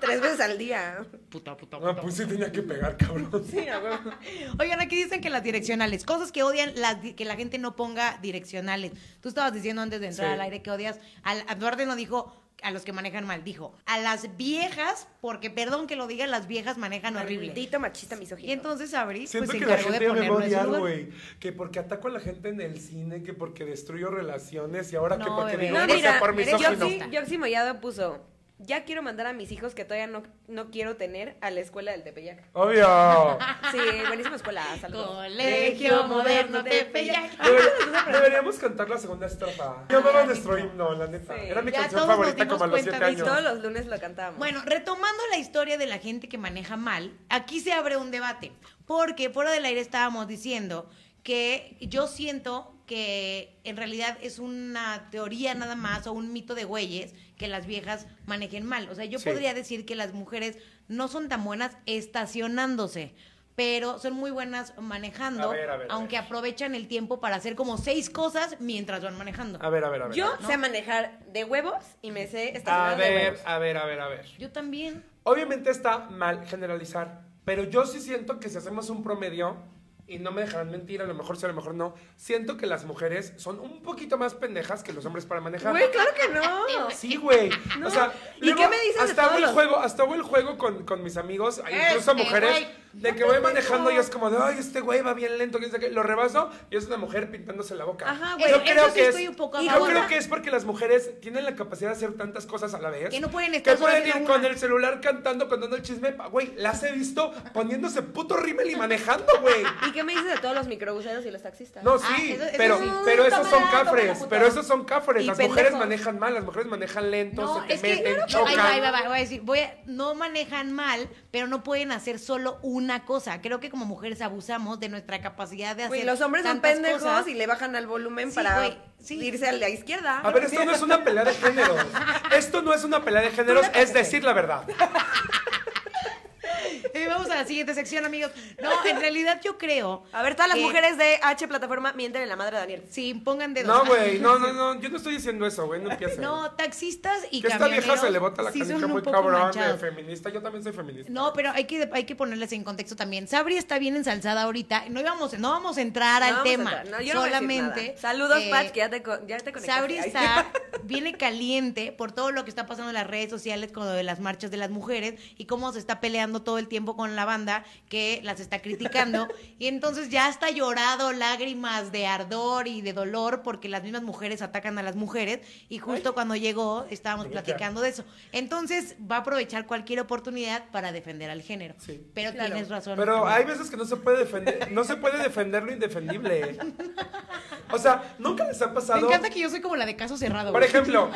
Speaker 2: Tres veces al día.
Speaker 3: Puta, puta,
Speaker 1: No, pues sí tenía que pegar, cabrón.
Speaker 2: Sí, a huevo.
Speaker 3: Oigan, aquí dicen que las direccionales, cosas que odian, las di- que la gente no ponga direccionales. Tú estabas diciendo antes de entrar
Speaker 1: Sí.
Speaker 3: al aire que odias, al, a Duarte no dijo a los que manejan mal, dijo a las viejas, porque perdón que lo diga, las viejas manejan horrible.
Speaker 2: Maldito machista misógino.
Speaker 3: Y entonces Abril pues,
Speaker 1: Siento
Speaker 3: se
Speaker 1: que la
Speaker 3: encargó
Speaker 1: gente
Speaker 3: de
Speaker 1: ya me va a
Speaker 3: ponerlo en su
Speaker 1: odiar,
Speaker 3: lugar.
Speaker 1: güey. Que porque ataco a la gente en el cine, que porque destruyo relaciones y ahora que
Speaker 3: No,
Speaker 1: porque
Speaker 3: bebé.
Speaker 1: digo
Speaker 2: No,
Speaker 1: que
Speaker 2: mira,
Speaker 1: por
Speaker 3: eres-
Speaker 1: misógino.
Speaker 3: yo
Speaker 2: Yoxi, Yoxi Mollado puso, ya quiero mandar a mis hijos que todavía no, no quiero tener a la escuela del Tepeyac.
Speaker 3: [LAUGHS]
Speaker 1: Obvio.
Speaker 2: Sí, buenísima escuela, saludos.
Speaker 3: Colegio Moderno Tepeyac.
Speaker 1: Deber- deberíamos cantar la segunda estrofa. Yo amaba nuestro himno, la neta.
Speaker 2: Sí.
Speaker 1: Era mi
Speaker 3: Ya
Speaker 1: canción
Speaker 3: todos nos
Speaker 1: favorita
Speaker 3: dimos
Speaker 1: como a los
Speaker 3: cuenta
Speaker 1: siete
Speaker 3: de
Speaker 1: años.
Speaker 3: eso.
Speaker 2: Todos los lunes lo cantábamos.
Speaker 3: Bueno, retomando la historia de la gente que maneja mal, aquí se abre un debate, porque fuera del aire estábamos diciendo que yo siento que en realidad es una teoría nada más o un mito de güeyes que las viejas manejen mal. O sea, yo
Speaker 1: Sí.
Speaker 3: podría decir que las mujeres no son tan buenas estacionándose, pero son muy buenas manejando,
Speaker 1: A ver, a ver, a
Speaker 3: aunque
Speaker 1: ver.
Speaker 3: aprovechan el tiempo para hacer como seis cosas mientras van manejando.
Speaker 1: A ver, a ver, a ver.
Speaker 2: Yo sé manejar de huevos y me sé
Speaker 1: a
Speaker 2: estacionar de
Speaker 1: ver,
Speaker 2: huevos.
Speaker 1: a ver, a ver, a ver.
Speaker 3: Yo también.
Speaker 1: Obviamente está mal generalizar, pero yo sí siento que si hacemos un promedio, y no me dejarán mentir, a lo mejor sí, a lo mejor no, siento que las mujeres son un poquito más pendejas que los hombres para manejar.
Speaker 2: Güey, claro que [LAUGHS] no.
Speaker 1: Sí,
Speaker 3: [LAUGHS]
Speaker 1: güey.
Speaker 2: No.
Speaker 1: O sea,
Speaker 2: ¿Y qué me dices de
Speaker 1: hasta hago
Speaker 2: todos
Speaker 1: el
Speaker 2: los-
Speaker 1: juego, hasta hago el juego con, con mis amigos, incluso
Speaker 3: Este
Speaker 1: mujeres,
Speaker 3: güey.
Speaker 1: de que voy manejando y es como de, ay, este güey va bien lento, que es de que lo rebaso y es una mujer pintándose la boca.
Speaker 2: Ajá,
Speaker 3: güey,
Speaker 1: Yo
Speaker 3: eso
Speaker 1: creo
Speaker 3: sí
Speaker 1: que
Speaker 3: estoy
Speaker 1: es,
Speaker 3: un poco
Speaker 1: yo
Speaker 3: a favor.
Speaker 1: creo que es porque las mujeres tienen la capacidad de hacer tantas cosas a la vez.
Speaker 3: Que no pueden estar
Speaker 1: que pueden
Speaker 3: solas en
Speaker 1: ir
Speaker 3: una.
Speaker 1: con el celular cantando, contando el chisme, pa- güey, las he visto poniéndose puto rímel y manejando, güey.
Speaker 2: ¿Y qué me dices de todos los microbuseros y los taxistas?
Speaker 1: No, sí,
Speaker 3: Ah, eso- eso
Speaker 1: pero,
Speaker 3: sí.
Speaker 1: pero
Speaker 3: Tómala,
Speaker 1: esos son
Speaker 3: tómala,
Speaker 1: cafres,
Speaker 3: puta.
Speaker 1: pero esos son cafres.
Speaker 2: Y
Speaker 1: Las mujeres
Speaker 2: pendejos.
Speaker 1: manejan mal, las mujeres manejan lento,
Speaker 3: No,
Speaker 1: se te
Speaker 3: es que
Speaker 1: meten,
Speaker 3: claro que- ahí
Speaker 1: chocan.
Speaker 3: va, ahí va, ahí va, voy a decir, voy a- no manejan mal, pero no pueden hacer solo una cosa. Creo que como mujeres abusamos de nuestra capacidad de hacer
Speaker 2: Güey, los hombres son
Speaker 3: tantas
Speaker 2: pendejos
Speaker 3: cosas. [LAUGHS]
Speaker 2: y le bajan al volumen
Speaker 3: Sí,
Speaker 2: para
Speaker 3: güey, sí.
Speaker 2: irse a la izquierda.
Speaker 1: A ver, esto no es una pelea de géneros. Esto no es una pelea de géneros, es decir la verdad.
Speaker 3: Eh, vamos a la siguiente sección, amigos. No, en realidad yo creo.
Speaker 2: A ver, todas las
Speaker 3: que-
Speaker 2: mujeres de H plataforma mienten en la madre de Daniel.
Speaker 3: Sí, pongan dedos. Ah,
Speaker 1: No, güey, no, no, no, yo no estoy diciendo eso, güey, no empieces.
Speaker 3: No, taxistas y
Speaker 1: que esta
Speaker 3: camioneros.
Speaker 1: vieja se le bota la
Speaker 3: sí son
Speaker 1: canica
Speaker 3: un
Speaker 1: muy
Speaker 3: poco
Speaker 1: cabrón de
Speaker 3: manchados.
Speaker 1: feminista, yo también soy feminista.
Speaker 3: No, pero hay que, hay que ponerles en contexto también. Sabri está bien ensalzada ahorita. No, íbamos, no vamos a entrar
Speaker 2: No
Speaker 3: al
Speaker 2: vamos a
Speaker 3: tema.
Speaker 2: entrar. No, yo no voy a decir
Speaker 3: solamente.
Speaker 2: nada. Saludos,
Speaker 3: eh,
Speaker 2: Patch, que ya te, co- ya te conectaste.
Speaker 3: Sabri
Speaker 2: Ahí [LAUGHS]
Speaker 3: está, viene caliente por todo lo que está pasando en las redes sociales con lo de las marchas de las mujeres y cómo se está peleando todo el tiempo tiempo con la banda que las está criticando y entonces ya está llorado lágrimas de ardor y de dolor porque las mismas mujeres atacan a las mujeres y justo cuando llegó estábamos
Speaker 1: Venga.
Speaker 3: platicando de eso. Entonces va a aprovechar cualquier oportunidad para defender al género.
Speaker 1: Sí.
Speaker 3: Pero
Speaker 2: Claro.
Speaker 3: tienes razón.
Speaker 1: Pero hay veces que no se puede defender, no se puede defender lo indefendible. O sea, nunca les ha
Speaker 3: Me
Speaker 1: pasado.
Speaker 3: encanta que yo soy como la de caso cerrado.
Speaker 1: Por
Speaker 2: [LAUGHS]
Speaker 3: güey.
Speaker 1: ejemplo,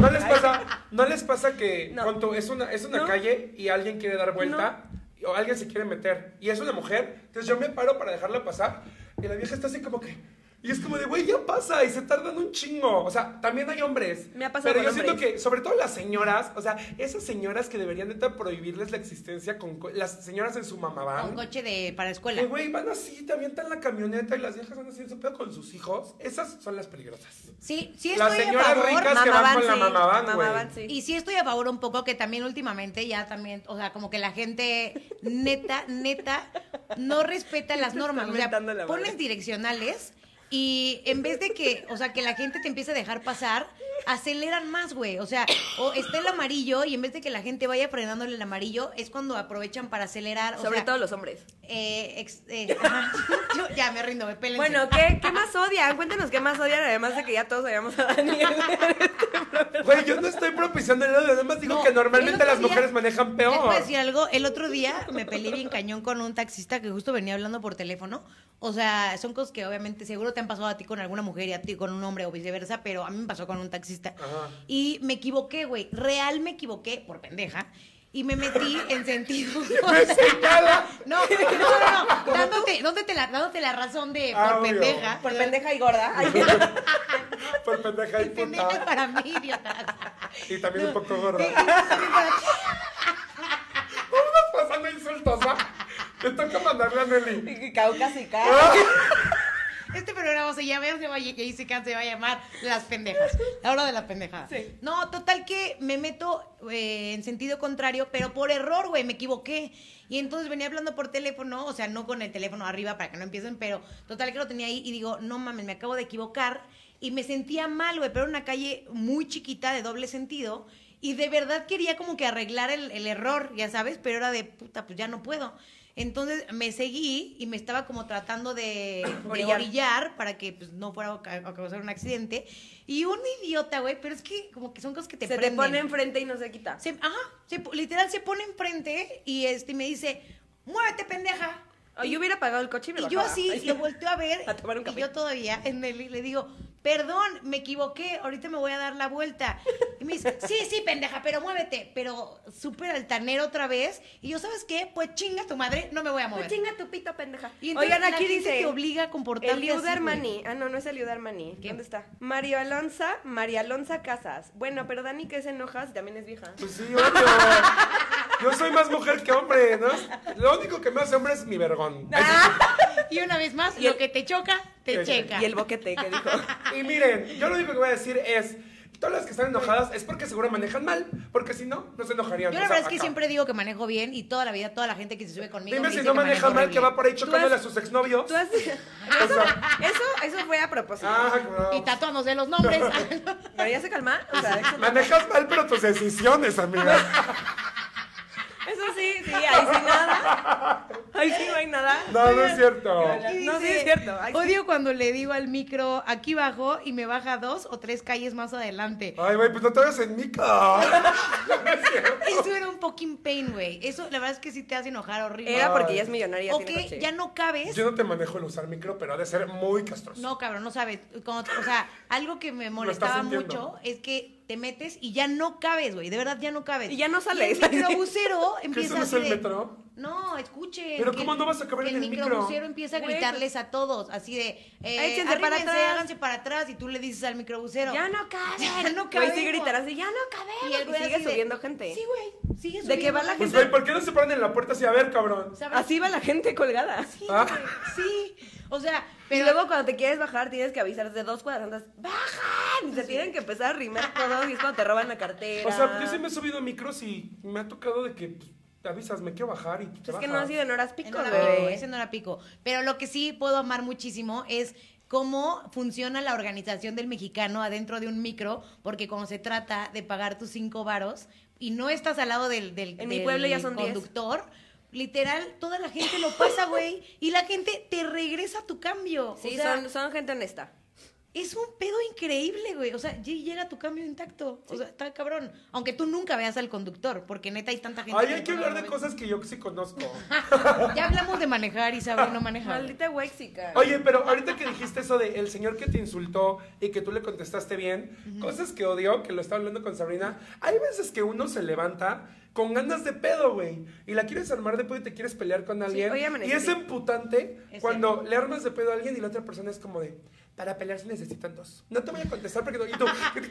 Speaker 1: ¿no les pasa, no les pasa que
Speaker 2: No.
Speaker 1: pon tú, es una, es una
Speaker 2: No.
Speaker 1: calle y alguien quiere dar vuelta o alguien se quiere meter y es una mujer? Entonces yo me paro para dejarla pasar y la vieja está así como que... Y es como de, güey, ya pasa y se tardan un chingo. O sea, también hay hombres.
Speaker 2: Me ha pasado
Speaker 1: Pero yo
Speaker 2: con
Speaker 1: siento
Speaker 2: hombres.
Speaker 1: que, sobre todo las señoras, o sea, esas señoras que deberían neta prohibirles la existencia con... co- Las señoras en su mamá
Speaker 3: Con coche de, para escuela.
Speaker 1: Que, güey, van así, te avientan la camioneta y las viejas van así en su pedo con sus hijos. Esas son las peligrosas.
Speaker 3: Sí, sí
Speaker 1: Las
Speaker 3: estoy a
Speaker 1: señoras
Speaker 3: favor.
Speaker 1: ricas que van con la mamá van, güey.
Speaker 2: sí.
Speaker 3: Y sí estoy a favor un poco que también últimamente ya también, o sea, como que la gente neta, neta, no respeta las
Speaker 2: Te
Speaker 3: normas.
Speaker 2: están
Speaker 3: O sea,
Speaker 2: mentando la
Speaker 3: pones
Speaker 2: madre.
Speaker 3: direccionales y en vez de que, o sea, que la gente te empiece a dejar pasar, aceleran más, güey. O sea, o está el amarillo y en vez de que la gente vaya frenándole el amarillo, es cuando aprovechan para acelerar. o
Speaker 2: Sobre
Speaker 3: sea,
Speaker 2: todo los hombres.
Speaker 3: eh, ex- eh, ajá. [LAUGHS] Yo ya me rindo, me pélense.
Speaker 2: Bueno, ¿qué, ¿qué más odian? Cuéntanos qué más odian, además de que ya todos odiamos a Daniel.
Speaker 1: Güey, yo no estoy propiciando el odio, nada más digo
Speaker 3: No,
Speaker 1: que
Speaker 3: el
Speaker 1: normalmente
Speaker 3: otro
Speaker 1: las
Speaker 3: día-
Speaker 1: mujeres manejan
Speaker 3: ¿Les
Speaker 1: peor.
Speaker 3: puedo decir algo? El otro día me peleé bien cañón con un taxista que justo venía hablando por teléfono. O sea, son cosas que obviamente seguro te han pasado a ti con alguna mujer y a ti con un hombre o viceversa, pero a mí me pasó con un taxista.
Speaker 1: Ajá.
Speaker 3: Y me equivoqué, güey. Real me equivoqué por pendeja. Y me metí en sentido.
Speaker 1: [LAUGHS] Me señala.
Speaker 3: [LAUGHS] No, no, no, no. Dándote, dándote la, dándote la razón de
Speaker 1: Ah,
Speaker 3: por
Speaker 1: obvio.
Speaker 3: pendeja.
Speaker 2: [LAUGHS] Por pendeja y gorda. Ay,
Speaker 1: Por pendeja y
Speaker 3: Pendeja es
Speaker 1: puta.
Speaker 3: para mí, idiota.
Speaker 1: Y también un poco gorda.
Speaker 3: Sí, sí, sí, para ti.
Speaker 1: Estás pasando insultos, ¿ah? Te toca mandarle a Nelly.
Speaker 2: y caucásica.
Speaker 3: Este programa se llama, ya se va, a- ya dice que se va a llamar Las Pendejas. La hora de la pendejada.
Speaker 2: Sí.
Speaker 3: No, total que me meto eh, en sentido contrario, pero por error, güey, me equivoqué. Y entonces venía hablando por teléfono, o sea, no con el teléfono arriba para que no empiecen, pero total que lo tenía ahí y digo, no mames, me acabo de equivocar. Y me sentía mal, güey, pero era una calle muy chiquita de doble sentido. Y de verdad quería como que arreglar el, el error, ya sabes, pero era de puta, pues ya no puedo. Entonces me seguí y me estaba como tratando de, de
Speaker 2: Orillar.
Speaker 3: orillar para que pues, no fuera a ca- a causar un accidente. Y un idiota, güey, pero es que como que son cosas que te
Speaker 2: Se te
Speaker 3: prenden.
Speaker 2: pone enfrente y no se quita.
Speaker 3: Se- ajá, se po- literal se pone enfrente y este, y me dice, muévete, pendeja.
Speaker 2: O yo hubiera pagado el coche y me
Speaker 3: Y yo
Speaker 2: bajaba.
Speaker 3: así
Speaker 2: Ay,
Speaker 3: lo volteo a
Speaker 2: [LAUGHS]
Speaker 3: ver
Speaker 2: A tomar un
Speaker 3: y
Speaker 2: café.
Speaker 3: yo todavía en el, le digo, perdón, me equivoqué, ahorita me voy a dar la vuelta. Y me dice, sí, sí, pendeja, pero muévete. Pero súper altanero otra vez. Y yo, ¿sabes qué? Pues chinga tu madre, no me voy a
Speaker 2: Pues
Speaker 3: mover.
Speaker 2: chinga tu pito, pendeja.
Speaker 3: Y entonces
Speaker 2: Oigan,
Speaker 3: la
Speaker 2: aquí
Speaker 3: gente
Speaker 2: dice...
Speaker 3: te obliga a comportarte
Speaker 2: Eliud
Speaker 3: así, güey.
Speaker 2: Armani. Ah, no, no es Eliud Armani.
Speaker 3: ¿Quién?
Speaker 2: ¿Dónde está? Mario Alonso, María Alonso Casas. Bueno, pero Dani que se enoja si también es vieja.
Speaker 1: Pues sí, obvio. Yo soy más mujer que hombre, ¿no? Lo único que me hace hombre es mi vergón.
Speaker 3: Y una vez más,
Speaker 2: Y
Speaker 3: lo
Speaker 2: el-
Speaker 3: que te choca, te
Speaker 1: Te
Speaker 3: checa.
Speaker 2: Y el boquete que dijo.
Speaker 1: Y miren, yo lo único que voy a decir es... Todas las que están enojadas es porque seguro manejan mal, porque si no, no se enojarían.
Speaker 3: Yo
Speaker 1: O
Speaker 3: la
Speaker 1: sea,
Speaker 3: verdad es que
Speaker 1: acá.
Speaker 3: siempre digo que manejo bien y toda la vida, toda la gente que se sube conmigo. me
Speaker 1: Dime si
Speaker 3: dice
Speaker 1: no
Speaker 3: que
Speaker 1: maneja
Speaker 3: manejo
Speaker 1: mal
Speaker 3: horrible.
Speaker 1: que va por ahí chocándole
Speaker 2: has-
Speaker 1: a sus exnovios.
Speaker 2: [LAUGHS] Tú has-
Speaker 1: O sea,
Speaker 2: Eso, eso fue a propósito.
Speaker 1: ah, claro.
Speaker 3: Y tatuándose los
Speaker 2: [LAUGHS]
Speaker 3: nombres. [LAUGHS]
Speaker 2: Pero ya se calma. O sea, eso,
Speaker 1: Manejas mal, pero tus decisiones,
Speaker 2: [LAUGHS]
Speaker 1: amiga.
Speaker 2: eso sí, sí, ahí sí nada. Ahí sí no hay nada.
Speaker 1: No, no es cierto.
Speaker 3: Y
Speaker 2: No, sí
Speaker 3: dice,
Speaker 2: es cierto. Ay, sí.
Speaker 3: Odio cuando le digo al micro, aquí bajo y me baja dos o tres calles más adelante.
Speaker 1: Ay, güey, pues no te hagas en mica.
Speaker 3: Eso era un fucking pain, güey. Eso la verdad es que sí te hace enojar horrible.
Speaker 2: Era porque ya es millonaria.
Speaker 3: o
Speaker 2: tiene
Speaker 3: que
Speaker 2: coche.
Speaker 3: ya no cabes.
Speaker 1: Yo no te manejo el usar micro, pero ha de ser muy castroso.
Speaker 3: No, cabrón, no sabes. Cuando- o sea, algo que me molestaba
Speaker 1: sintiendo.
Speaker 3: mucho es que te metes y ya no cabes, güey. De verdad, ya no cabes.
Speaker 2: Y ya no sales.
Speaker 3: Y
Speaker 2: [LAUGHS]
Speaker 3: el microbusero empieza
Speaker 1: eso no
Speaker 3: así
Speaker 1: es el
Speaker 3: de-
Speaker 1: metro?
Speaker 3: No, escuchen.
Speaker 1: Pero
Speaker 3: que
Speaker 1: ¿cómo
Speaker 3: el-
Speaker 1: no vas a caber
Speaker 3: que
Speaker 1: en el micro?
Speaker 3: microbusero empieza a
Speaker 2: Güey, pues
Speaker 3: gritarles a todos, así de... Eh,
Speaker 2: Échense para
Speaker 3: "Arrímense,
Speaker 2: atrás".
Speaker 3: Háganse para atrás. Y tú le dices al microbusero...
Speaker 2: Ya no cabe.
Speaker 3: Ya no
Speaker 2: Güey,
Speaker 3: cabemos.
Speaker 2: sí gritarás así, ya no cabemos.
Speaker 3: Y el güey
Speaker 2: Y sigue
Speaker 3: así de-
Speaker 2: subiendo gente.
Speaker 3: Sí, güey. Sigue
Speaker 2: ¿De
Speaker 3: subiendo.
Speaker 2: qué va la
Speaker 1: Pues,
Speaker 2: gente?
Speaker 1: güey, ¿por qué no se ponen en la puerta así? A ver, cabrón.
Speaker 3: ¿Sabes?
Speaker 2: Así va la gente colgada.
Speaker 3: Sí,
Speaker 1: Pues Ah.
Speaker 3: güey, sí. O sea,
Speaker 2: Pero
Speaker 3: pero...
Speaker 2: luego cuando te quieres bajar tienes que avisar de dos cuadras andas, ¡bajan! Y se tienen que empezar a
Speaker 3: [LAUGHS]
Speaker 2: rimar todos y es cuando te roban la cartera.
Speaker 1: O sea, yo sí me he subido a micros y me ha tocado de que pues, te avisas, me quiero bajar y te
Speaker 2: Pues Es que
Speaker 1: bajas.
Speaker 2: no ha sido en horas
Speaker 3: Ese
Speaker 2: pico,
Speaker 3: no era pico,
Speaker 2: bebé.
Speaker 3: ese no era pico. Pero lo que sí puedo amar muchísimo es cómo funciona la organización del mexicano adentro de un micro, porque cuando se trata de pagar tus cinco varos y no estás al lado del, del,
Speaker 2: En mi
Speaker 3: del
Speaker 2: pueblo ya son diez.
Speaker 3: conductor, literal, toda la gente lo pasa, güey, y la gente te regresa tu cambio.
Speaker 2: Sí,
Speaker 3: o sea,
Speaker 2: son, son gente honesta.
Speaker 3: es un pedo increíble, güey. O sea, ll- llega tu cambio intacto. O sea, está cabrón. Aunque tú nunca veas al conductor, porque neta hay tanta gente.
Speaker 1: Ay,
Speaker 3: que
Speaker 1: hay
Speaker 3: no
Speaker 1: que hablar
Speaker 3: lo
Speaker 1: de
Speaker 3: ve.
Speaker 1: cosas que yo sí conozco.
Speaker 3: Ya hablamos de manejar y saber no manejar.
Speaker 2: Maldita huexica.
Speaker 1: Oye, pero ahorita que dijiste eso de el señor que te insultó y que tú le contestaste bien, cosas que odio, que lo estaba hablando con Sabrina, hay veces que uno se levanta con ganas de pedo, güey, y la quieres armar de pedo y te quieres pelear con alguien.
Speaker 2: hoy amanecí
Speaker 1: y es
Speaker 2: así.
Speaker 1: emputante
Speaker 3: Es
Speaker 1: cuando le armas de pedo a alguien y la otra persona es como de, para pelear se necesitan dos. No te voy a contestar porque no... Y tú,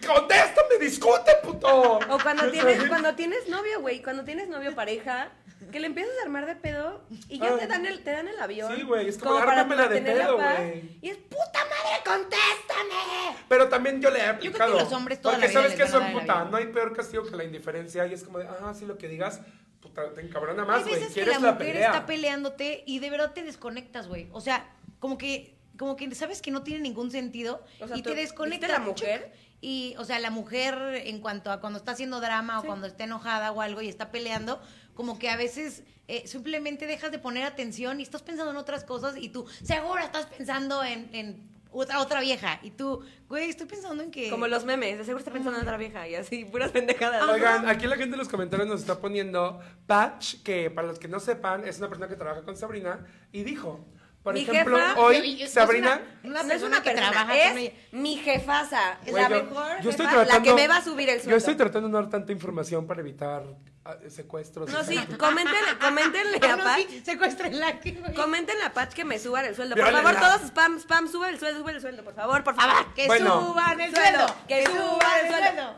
Speaker 1: ¡contéstame, discute, puto!
Speaker 2: O cuando
Speaker 1: Ya
Speaker 2: tienes,
Speaker 1: sabes.
Speaker 2: cuando tienes novio, güey, cuando tienes novio pareja, que le empiezas a armar de pedo y ya
Speaker 1: Ay.
Speaker 2: te dan el, te dan el avión.
Speaker 1: Sí, güey, es como, ármamela de
Speaker 2: mantener la
Speaker 1: pedo,
Speaker 2: paz,
Speaker 1: güey.
Speaker 2: Y es puta madre, contéstame.
Speaker 1: Pero también yo le he
Speaker 3: que
Speaker 1: aplicado.
Speaker 3: los hombres toda la
Speaker 1: porque
Speaker 3: vida
Speaker 1: sabes
Speaker 3: les
Speaker 1: que
Speaker 3: van a
Speaker 1: son
Speaker 3: dar el
Speaker 1: puta.
Speaker 3: avión.
Speaker 1: No hay peor castigo que la indiferencia. Y es como de, ah, sí, lo que digas, puta, te encabrona más,
Speaker 3: Hay
Speaker 1: güey.
Speaker 3: veces que la
Speaker 1: Quieres
Speaker 3: mujer
Speaker 1: la, pelea.
Speaker 3: está peleándote y de verdad te desconectas, güey. O sea, como que, como que sabes que no tiene ningún sentido
Speaker 2: O sea,
Speaker 3: y
Speaker 2: tú-
Speaker 3: te
Speaker 2: ¿viste
Speaker 3: desconectas.
Speaker 2: la mujer?
Speaker 3: Y, o sea, la mujer en cuanto a cuando está haciendo drama o cuando está enojada o algo y está peleando, como que a veces eh, simplemente dejas de poner atención y estás pensando en otras cosas y tú, seguro estás pensando en, en otra, otra vieja. Y tú, güey, estoy pensando en que...
Speaker 2: Como
Speaker 3: [LAUGHS]
Speaker 2: los memes, de seguro está pensando en otra vieja y así, puras pendejadas.
Speaker 1: Oigan, aquí la gente en los comentarios nos está poniendo Patch, que para los que no sepan, es una persona que trabaja con Sabrina, y dijo, por
Speaker 2: Mi
Speaker 1: ejemplo,
Speaker 2: jefa-
Speaker 1: hoy,
Speaker 3: Yo- yo-
Speaker 1: Sabrina,
Speaker 3: es una,
Speaker 2: no es una
Speaker 3: que
Speaker 2: persona,
Speaker 3: trabaja con
Speaker 2: es
Speaker 3: ella.
Speaker 2: mi jefaza,
Speaker 1: güey,
Speaker 2: la
Speaker 1: yo-
Speaker 2: mejor
Speaker 1: yo estoy
Speaker 2: jefa, la que
Speaker 1: tratando-
Speaker 2: me va a subir el sueldo.
Speaker 1: Yo estoy tratando de no dar tanta información para evitar ah, secuestros.
Speaker 2: No,
Speaker 1: y
Speaker 2: sí,
Speaker 1: tanto.
Speaker 2: coméntenle, [LAUGHS] coméntenle
Speaker 3: Ah,
Speaker 2: a
Speaker 3: no,
Speaker 2: Pat,
Speaker 3: sí, secuéstrenla, que, güey.
Speaker 2: coméntenle a Pat que me suban el sueldo. Por
Speaker 1: Violenla.
Speaker 2: favor, todos spam, spam, sube el sueldo, sube el sueldo, por favor, por favor.
Speaker 3: Que
Speaker 1: Bueno.
Speaker 3: suban el sueldo.
Speaker 2: Que suban el sueldo.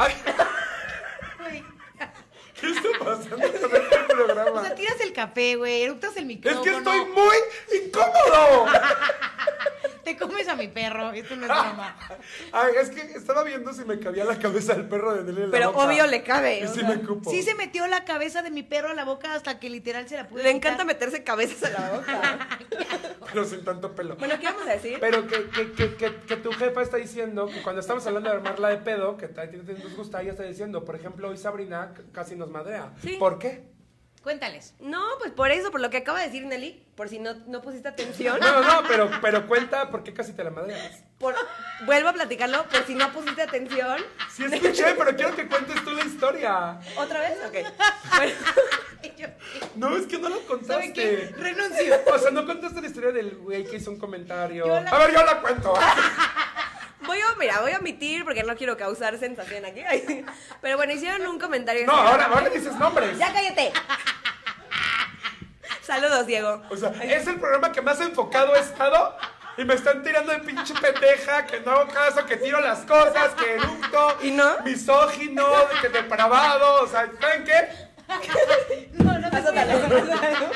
Speaker 1: Ay,
Speaker 3: Güey,
Speaker 1: ¿Qué está pasando con este programa?
Speaker 3: [LAUGHS] O sea, tiras el café, güey, eructas el
Speaker 1: es
Speaker 3: micrófono.
Speaker 1: que estoy muy
Speaker 2: [LAUGHS]
Speaker 1: incómodo.
Speaker 3: Te comes a mi perro, esto no es broma.
Speaker 1: Ay, es que estaba viendo si me cabía la cabeza del perro de Nelly en la
Speaker 2: Pero
Speaker 1: boca.
Speaker 2: obvio le cabe,
Speaker 1: Y
Speaker 2: o
Speaker 1: sí
Speaker 2: sea,
Speaker 1: me cupo.
Speaker 3: Sí se metió la cabeza de mi perro a la boca hasta que literal se la pude
Speaker 2: Le encanta
Speaker 3: quitar.
Speaker 2: meterse cabezas a la [LAUGHS] boca.
Speaker 1: Pero sin tanto pelo.
Speaker 2: bueno, ¿qué vamos a decir?
Speaker 1: Pero que, que, que, que, que tu jefa está diciendo que cuando estamos hablando de armarla de pedo, que a ti te nos gusta, ella está diciendo, por ejemplo, hoy Sabrina c- casi nos madrea.
Speaker 2: Sí.
Speaker 1: ¿Por qué?
Speaker 3: Cuéntales.
Speaker 2: No, pues por eso, por lo que acaba de decir Nelly, por si no, no pusiste atención.
Speaker 1: No, no, no, pero, pero cuenta por qué casi te la madreas.
Speaker 2: Por, vuelvo a platicarlo, por si no pusiste atención.
Speaker 1: Sí, escuché, pero quiero que cuentes tú la historia.
Speaker 2: ¿Otra vez? Ok. Bueno, [LAUGHS]
Speaker 1: No, es que no la
Speaker 3: ¿Saben qué?
Speaker 1: contaste.
Speaker 3: Renuncio.
Speaker 1: [LAUGHS] O sea, no contaste la historia del güey que hizo un comentario.
Speaker 3: Yo la-
Speaker 1: A ver, yo la cuento.
Speaker 2: voy a, mira, voy a omitir porque no quiero causar sensación aquí. Ay, [LAUGHS] sí. Pero bueno, hicieron un comentario. en
Speaker 1: No,
Speaker 2: Instagram.
Speaker 1: ahora, ahora dices nombres.
Speaker 2: ¡Ya cállate! Saludos, Diego.
Speaker 1: O sea, es el programa que más enfocado he estado y me están tirando de pinche pendeja, que no hago caso, que tiro las cosas, que eructo.
Speaker 2: ¿Y no?
Speaker 1: Misógino, que depravado, o sea, ¿saben qué?
Speaker 3: No, no te
Speaker 2: Pásatela,
Speaker 3: cuento.
Speaker 2: pásatela.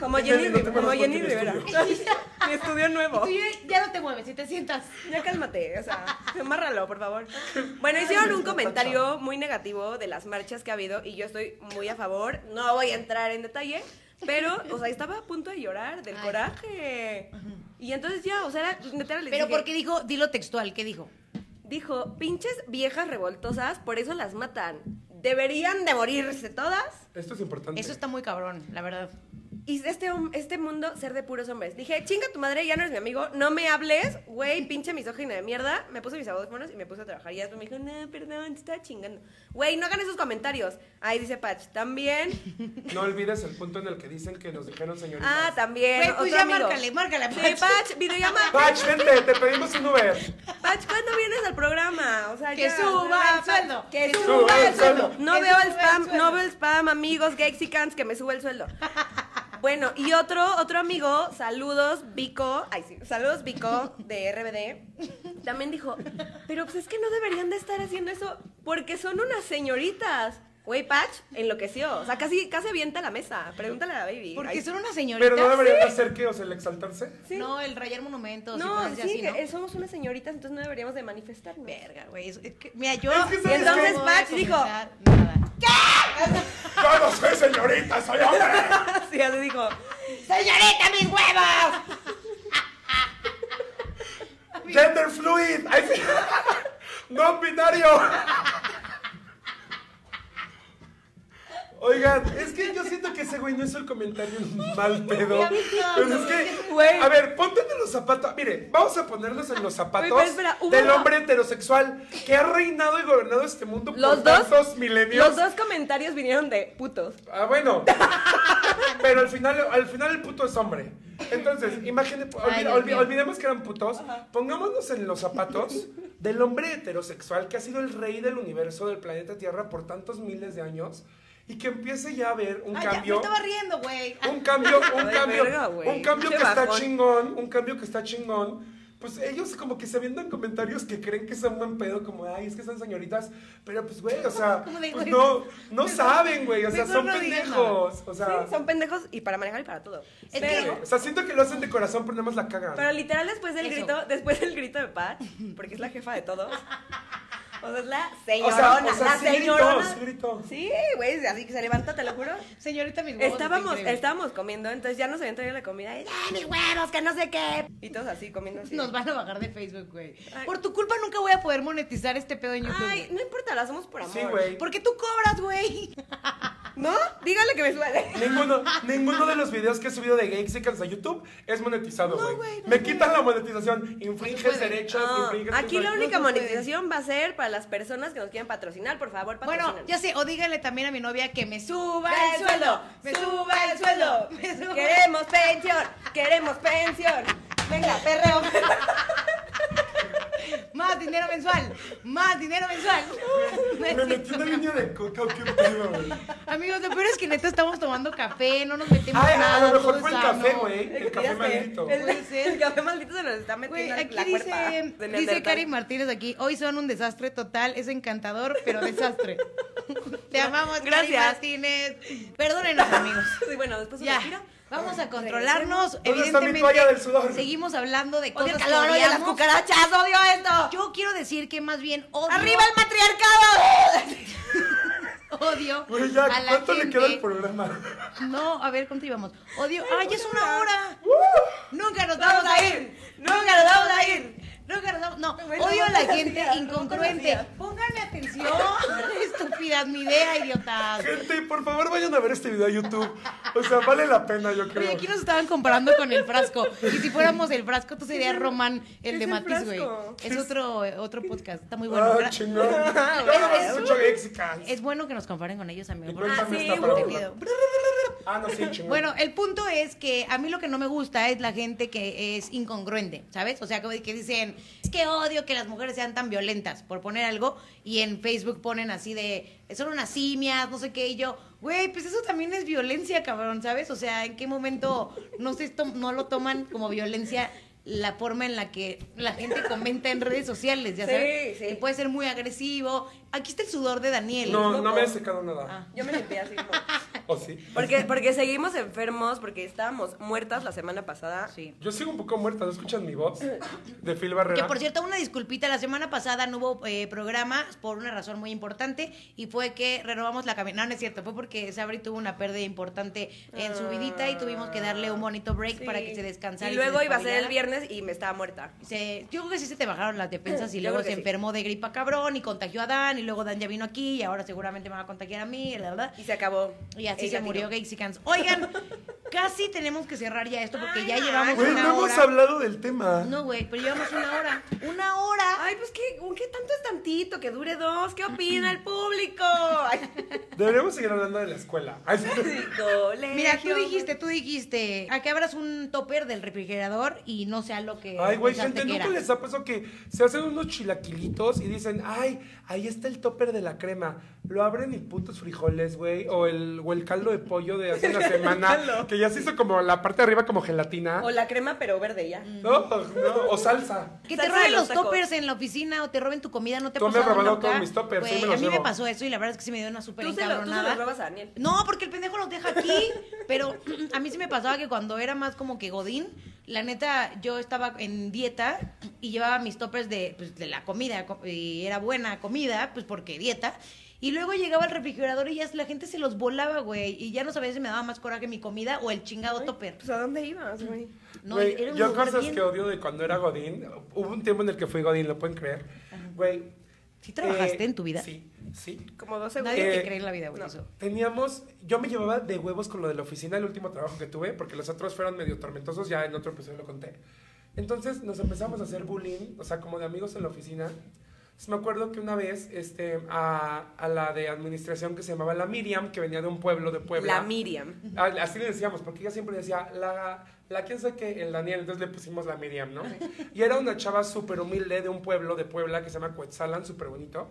Speaker 2: Como
Speaker 1: Nelly,
Speaker 2: Jenny,
Speaker 1: no te
Speaker 2: como
Speaker 1: conozco
Speaker 2: Jenny
Speaker 1: en tu
Speaker 2: Rivera. [LAUGHS] Mi estudio nuevo.
Speaker 3: Tú ya- ya no te mueves, si te sientas.
Speaker 2: Ya cálmate, o sea, amárralo, por favor. Bueno, hicieron un comentario muy negativo de las marchas que ha habido y yo estoy muy a favor. No voy a entrar en detalle, pero, o sea, estaba a punto de llorar del
Speaker 3: Ay.
Speaker 2: coraje. Y entonces ya, o sea, era, neta, les
Speaker 3: Pero
Speaker 2: dije-
Speaker 3: porque dijo, dilo textual, ¿qué dijo?
Speaker 2: dijo, pinches viejas revoltosas, por eso las matan. Deberían de morirse todas
Speaker 1: Esto es importante.
Speaker 3: Eso está muy cabrón, la verdad.
Speaker 2: y este, hom- este mundo ser de puros hombres. Dije, chinga tu madre, ya no eres mi amigo, no me hables, güey, pinche misógina de mierda. Me puse mis audífonos y me puse a trabajar. Y ya después me dijo, no, perdón, te estaba chingando. Güey, no hagan esos comentarios. Ahí dice Patch, también.
Speaker 1: No olvides el punto en el que dicen que nos dijeron señoritas.
Speaker 2: Ah, también.
Speaker 3: Güey, pues
Speaker 2: otro
Speaker 3: ya
Speaker 2: amigo.
Speaker 3: márcale, márcale. a
Speaker 2: Sí,
Speaker 3: Patch.
Speaker 2: Patch,
Speaker 3: [LAUGHS]
Speaker 2: videollamada.
Speaker 1: Pach, vente, te pedimos un Uber.
Speaker 2: Patch, ¿cuándo vienes al programa? O sea,
Speaker 3: Que
Speaker 2: ya,
Speaker 3: suba
Speaker 2: ya,
Speaker 3: el sueldo,
Speaker 2: Que
Speaker 3: que
Speaker 2: suba el sueldo.
Speaker 1: sueldo,
Speaker 2: No
Speaker 3: que
Speaker 2: veo
Speaker 3: suba
Speaker 2: el
Speaker 3: el
Speaker 2: spam,
Speaker 3: sueldo.
Speaker 2: no veo el spam, amigos gexicans, que me suba el sueldo. Bueno, y otro, otro amigo, saludos, Vico, ay sí, saludos, Vico, de RBD, también dijo, pero pues es que no deberían de estar haciendo eso, porque son unas señoritas. Güey, Patch enloqueció, o sea, casi, casi avienta la mesa, pregúntale a la baby.
Speaker 3: Porque
Speaker 2: Ay,
Speaker 3: son una señorita.
Speaker 1: Pero no deberían hacer que, o sea, el exaltarse.
Speaker 2: sí.
Speaker 3: No, el rayar monumentos. y
Speaker 2: No,
Speaker 3: ponerse
Speaker 2: sí,
Speaker 3: así, ¿no?
Speaker 2: que somos unas señoritas, entonces no deberíamos de manifestarnos.
Speaker 3: Verga, güey. es- es que- Mira, yo.
Speaker 1: Es que
Speaker 3: yo
Speaker 1: sabes
Speaker 3: no
Speaker 1: qué.
Speaker 3: voy a
Speaker 2: Patch dijo-
Speaker 3: comentar nada.
Speaker 1: Yo no soy señorita, soy hombre.
Speaker 2: [LAUGHS] Sí, así dijo.
Speaker 3: ¡Señorita, mis huevos!
Speaker 1: Gender fluid. Ay, sí. [LAUGHS] No binario. O Oigan, es que yo siento que ese güey no es el comentario mal pedo.
Speaker 4: Ya, ya,
Speaker 1: Pero es que,
Speaker 2: Güey.
Speaker 1: a ver, ponte en los zapatos. Mire, vamos a ponernos en los zapatos
Speaker 2: Güey, pero espera, hubo
Speaker 1: del
Speaker 2: una-
Speaker 1: hombre heterosexual que ha reinado y gobernado este mundo
Speaker 2: Los
Speaker 1: por
Speaker 2: dos-
Speaker 1: tantos milenios.
Speaker 2: Los dos comentarios vinieron de putos.
Speaker 1: Ah, bueno. [LAUGHS] Pero al final, al final el puto es hombre. Entonces, imagínate, olvi-
Speaker 3: Ay, Dios
Speaker 1: olvi-
Speaker 3: mío.
Speaker 1: olvidemos que eran putos. Pongámonos en los zapatos del hombre heterosexual que ha sido el rey del universo, del planeta Tierra por tantos miles de años y que empiece ya a ver un
Speaker 4: Ay, ya, me
Speaker 1: cambio.
Speaker 4: estaba riendo, güey.
Speaker 3: Ah,
Speaker 1: Un cambio, un
Speaker 2: Ay,
Speaker 1: cambio,
Speaker 2: verga, güey.
Speaker 1: un cambio que
Speaker 2: Qué
Speaker 1: está
Speaker 2: bajón.
Speaker 1: chingón, un cambio que está chingón. Pues ellos como que se vienen comentarios que creen que son buen pedo, como, ay, es que son señoritas, pero pues, güey, o
Speaker 2: [LAUGHS]
Speaker 1: sea,
Speaker 3: Como de,
Speaker 1: pues,
Speaker 3: güey,
Speaker 1: no, no
Speaker 3: mejor-
Speaker 1: saben, güey, o sea,
Speaker 3: mejor
Speaker 1: son
Speaker 3: no digan nada.
Speaker 1: pendejos, o sea,
Speaker 2: Sí, son pendejos y para manejar y para todo.
Speaker 3: Es
Speaker 2: pero,
Speaker 1: o sea, siento que lo hacen de corazón, pero nada más la cagan.
Speaker 2: pero literal después del
Speaker 3: Eso.
Speaker 2: grito, después del grito de Pat, porque es la jefa de todos. O sea, es la
Speaker 1: o
Speaker 2: señorona,
Speaker 1: sea, o sea,
Speaker 2: la
Speaker 1: sí gritó,
Speaker 2: señorona.
Speaker 1: sí gritó.
Speaker 2: Sí, güey, así que se levanta, te lo juro.
Speaker 3: Señorita, mis huevos.
Speaker 2: Estábamos,
Speaker 3: está increíble.
Speaker 2: estábamos comiendo, entonces ya nos habían traído la comida y ¡ay, mis huevos, que no sé qué! Y todos así comiendo así.
Speaker 3: Nos van a bajar de Facebook, güey.
Speaker 2: Ay.
Speaker 3: Por tu culpa nunca voy a poder monetizar este pedo en YouTube.
Speaker 2: Ay, no importa, lo hacemos por amor.
Speaker 1: Sí, güey.
Speaker 3: güey. ¿Por qué tú cobras, güey?
Speaker 2: ¿No? Dígale que me suele.
Speaker 1: Ninguno, ninguno de los videos que he subido de Gexicans a YouTube es monetizado,
Speaker 3: No,
Speaker 1: güey.
Speaker 3: güey, no
Speaker 1: Me
Speaker 3: se
Speaker 1: quitan la monetización, infringes
Speaker 3: puede.
Speaker 1: derechos,
Speaker 2: No, Ah,
Speaker 1: infringes
Speaker 2: aquí
Speaker 1: tus
Speaker 2: la
Speaker 1: derechos.
Speaker 2: única
Speaker 3: no se puede.
Speaker 2: monetización va a ser para las personas que nos quieran patrocinar, por favor, patrocinen.
Speaker 3: Bueno, ya sé, o dígale también a mi novia que me suba
Speaker 2: ¡Suba
Speaker 3: el sueldo. Me
Speaker 2: ¡Suba el sueldo!
Speaker 3: Me suba.
Speaker 2: ¡Queremos pensión! ¡Queremos pensión! Venga, perreo.
Speaker 3: [LAUGHS] Más dinero mensual. Más dinero mensual.
Speaker 1: Me metí una línea de coca, qué
Speaker 3: [LAUGHS]
Speaker 1: pedo, güey.
Speaker 3: Amigos, lo peor es que neta estamos tomando café, no nos metemos
Speaker 1: Ay,
Speaker 3: nada.
Speaker 1: a lo mejor
Speaker 3: todo
Speaker 1: fue el
Speaker 3: es
Speaker 1: café,
Speaker 3: sano.
Speaker 1: güey. El café maldito.
Speaker 2: El,
Speaker 3: Puede ser.
Speaker 2: el café maldito se nos está
Speaker 3: Güey,
Speaker 2: metiendo en
Speaker 3: aquí
Speaker 2: la cuerpa.
Speaker 3: dice,
Speaker 2: de
Speaker 3: dice
Speaker 2: Neandertal.
Speaker 3: Cari Martínez aquí, hoy son un desastre total, es encantador,
Speaker 2: [LAUGHS]
Speaker 3: pero desastre. Te amamos, Cari
Speaker 2: Gracias.
Speaker 3: Martínez. Perdónenos, amigos.
Speaker 2: [LAUGHS] Sí, bueno, después una
Speaker 3: Ya,
Speaker 2: gira.
Speaker 3: vamos a controlarnos.
Speaker 1: ¿Dónde está mi
Speaker 3: Evidentemente,
Speaker 1: toalla del sudor?
Speaker 3: seguimos hablando de
Speaker 2: Odio
Speaker 3: cosas
Speaker 2: el calor,
Speaker 3: que
Speaker 2: odio las
Speaker 3: odiamos.
Speaker 2: cucarachas, odio esto.
Speaker 3: Yo quiero decir que más bien odio,
Speaker 2: ¡Arriba el matriarcado!
Speaker 3: [LAUGHS] odio
Speaker 1: Güey, ya,
Speaker 3: a la
Speaker 1: ¿cuánto le queda al
Speaker 3: gente-
Speaker 1: programa?
Speaker 3: No, a ver, ¿cuánto íbamos? Odio. ¡Ay, ya es
Speaker 2: pues
Speaker 3: una hora!
Speaker 2: Uh.
Speaker 3: ¡Nunca nos
Speaker 2: ¡Vamos
Speaker 3: vamos
Speaker 2: a ir! ¡Nunca nos vamos a ir!
Speaker 3: Nunca nos vamos. No,
Speaker 2: Bueno,
Speaker 3: odio a
Speaker 2: no
Speaker 3: la
Speaker 2: conocía,
Speaker 3: gente
Speaker 2: no
Speaker 3: incongruente.
Speaker 2: conocía.
Speaker 3: Pónganme atención. [LAUGHS] Estúpidas, mi idea, idiotas.
Speaker 1: Gente, por favor, vayan a ver este video a YouTube. O sea, vale la pena, yo creo.
Speaker 3: Oye, aquí nos estaban comparando con el frasco. Y si fuéramos el frasco, tú serías Román, el
Speaker 2: es
Speaker 3: de
Speaker 2: el
Speaker 3: Matiz, güey.
Speaker 2: frasco?
Speaker 3: Es otro, otro podcast. Está muy bueno.
Speaker 1: Ah,
Speaker 3: ¿verdad? [LAUGHS]
Speaker 1: chingón. Yo no más escucho Gexicans.
Speaker 3: Es bueno que nos comparen con ellos, amigos.
Speaker 1: Mi
Speaker 3: porque
Speaker 1: cuenta
Speaker 2: Ah,
Speaker 1: no
Speaker 2: sí,
Speaker 1: está para
Speaker 2: güey.
Speaker 1: hablar. Ah, no, sí, chingón.
Speaker 3: Bueno, el punto es que a mí lo que no me gusta es la gente que es incongruente, ¿sabes? O sea, como que dicen, es que odio que las mujeres sean tan violentas, por poner algo, y en Facebook ponen así de, son unas simias, no sé qué, y yo, güey, pues eso también es violencia, cabrón, ¿sabes? O sea, ¿en qué momento no, se to- no lo toman como violencia? la forma en la que la gente comenta en redes sociales, ya
Speaker 2: Sí,
Speaker 3: sabes,
Speaker 2: sí.
Speaker 3: que puede ser muy agresivo. Aquí está el sudor de Daniel.
Speaker 1: no, no me he secado nada.
Speaker 3: Ah.
Speaker 2: Yo me limpié así como...
Speaker 1: ¿O sí?
Speaker 2: Porque, porque seguimos enfermos, porque estábamos muertas la semana pasada.
Speaker 3: Sí.
Speaker 1: Yo sigo un poco muerta, ¿no escuchan mi voz? De Phil
Speaker 3: Que
Speaker 1: Barrera.
Speaker 3: por cierto, una disculpita, la semana pasada no hubo eh, programa por una razón muy importante y fue que renovamos la caminata. No, no es cierto, fue porque Sabri tuvo una pérdida importante en su vidita y tuvimos que darle un bonito break
Speaker 2: Sí.
Speaker 3: para que se descansara.
Speaker 2: Ah. Y
Speaker 3: se
Speaker 2: luego iba a ser el
Speaker 3: despabilara.
Speaker 2: viernes y me estaba muerta.
Speaker 3: Se- yo creo que sí se te bajaron las defensas y
Speaker 2: Yo
Speaker 3: luego
Speaker 2: creo que
Speaker 3: se
Speaker 2: sí.
Speaker 3: enfermó de gripa cabrón y contagió a Dan y luego Dan ya vino aquí y ahora seguramente me va a contagiar a mí, la verdad.
Speaker 2: Y se acabó.
Speaker 3: Y así
Speaker 2: Ella
Speaker 3: se murió
Speaker 2: vino.
Speaker 3: Gexicans. Oigan, casi tenemos que cerrar ya esto porque ya
Speaker 2: Ay,
Speaker 3: llevamos
Speaker 1: Güey,
Speaker 3: una
Speaker 1: no hemos
Speaker 3: hora.
Speaker 1: hablado del tema.
Speaker 3: No, güey, pero llevamos una hora. Una hora.
Speaker 2: Ay, pues ¿qué, un- qué tanto es tantito, que dure dos. ¿Qué
Speaker 3: Mm.
Speaker 2: opina el público? [LAUGHS] Ay,
Speaker 1: Deberíamos seguir hablando de la escuela. Ay, sí.
Speaker 2: sí, colegio.
Speaker 3: Mira, tú dijiste, tú dijiste, a que abras un topper del refrigerador y no sea lo que
Speaker 1: Ay, güey,
Speaker 3: pensaste
Speaker 1: gente,
Speaker 3: que
Speaker 1: nunca
Speaker 3: era.
Speaker 1: les ha pasado que se hacen unos chilaquilitos y dicen, ay, ahí está el topper de la crema. Lo abren y putos frijoles, güey, o el, o el caldo de pollo de hace
Speaker 3: [LAUGHS]
Speaker 1: una semana,
Speaker 2: caldo.
Speaker 1: que ya se hizo como la parte de arriba como gelatina.
Speaker 2: O la crema, pero verde
Speaker 3: Mm,
Speaker 2: ya.
Speaker 1: No, no, o salsa.
Speaker 3: Que te
Speaker 2: Salsa
Speaker 3: roben
Speaker 2: de
Speaker 3: los
Speaker 2: los tacos.
Speaker 3: toppers en la oficina o te roben tu comida, no te
Speaker 1: Tú me
Speaker 3: pasó
Speaker 1: has robado todos mis toppers, sí
Speaker 3: Güey,
Speaker 1: me los
Speaker 3: a mí me
Speaker 1: llevo.
Speaker 3: pasó eso y la verdad es que sí me dio una súper
Speaker 2: Tú se, lo, tú se lo
Speaker 3: encabronada.
Speaker 2: robas a Daniel.
Speaker 3: No, porque el pendejo los deja aquí, pero a mí sí me pasaba que cuando era más como que godín, la neta, yo estaba en dieta y llevaba mis toppers de, pues, de la comida, co- y era buena comida, pues porque dieta, y luego llegaba al refrigerador y ya la gente se los volaba, güey, y ya no sabía si me daba más coraje mi comida o el chingado topper.
Speaker 2: Pues, ¿a dónde ibas, güey?
Speaker 3: No,
Speaker 1: Güey,
Speaker 3: era un
Speaker 1: yo
Speaker 3: lugar
Speaker 1: cosas
Speaker 3: bien-
Speaker 1: que odio de cuando era Godín, hubo un tiempo en el que fui Godín, lo pueden creer. Güey. eh,
Speaker 3: ¿Sí trabajaste en tu vida?
Speaker 1: Sí. Sí.
Speaker 2: Como dos segundos.
Speaker 3: Nadie
Speaker 1: Eh,
Speaker 3: te cree en la vida, güey.
Speaker 2: no.
Speaker 3: eso.
Speaker 1: Teníamos, yo me llevaba de huevos con lo de la oficina, el último trabajo que tuve, porque los otros fueron medio tormentosos, ya en otro episodio lo conté. Entonces nos empezamos a hacer bullying, o sea, como de amigos en la oficina. Entonces, me acuerdo que una vez este, a, a la de administración que se llamaba la Miriam, que venía de un pueblo de Puebla.
Speaker 2: La Miriam.
Speaker 1: [LAUGHS] Ah, Así le decíamos, porque ella siempre decía, la, la quién sabe qué, el Daniel, entonces le pusimos la Miriam, ¿no? Y era una chava súper humilde de un pueblo de Puebla que se llama Coetzalan, súper bonito,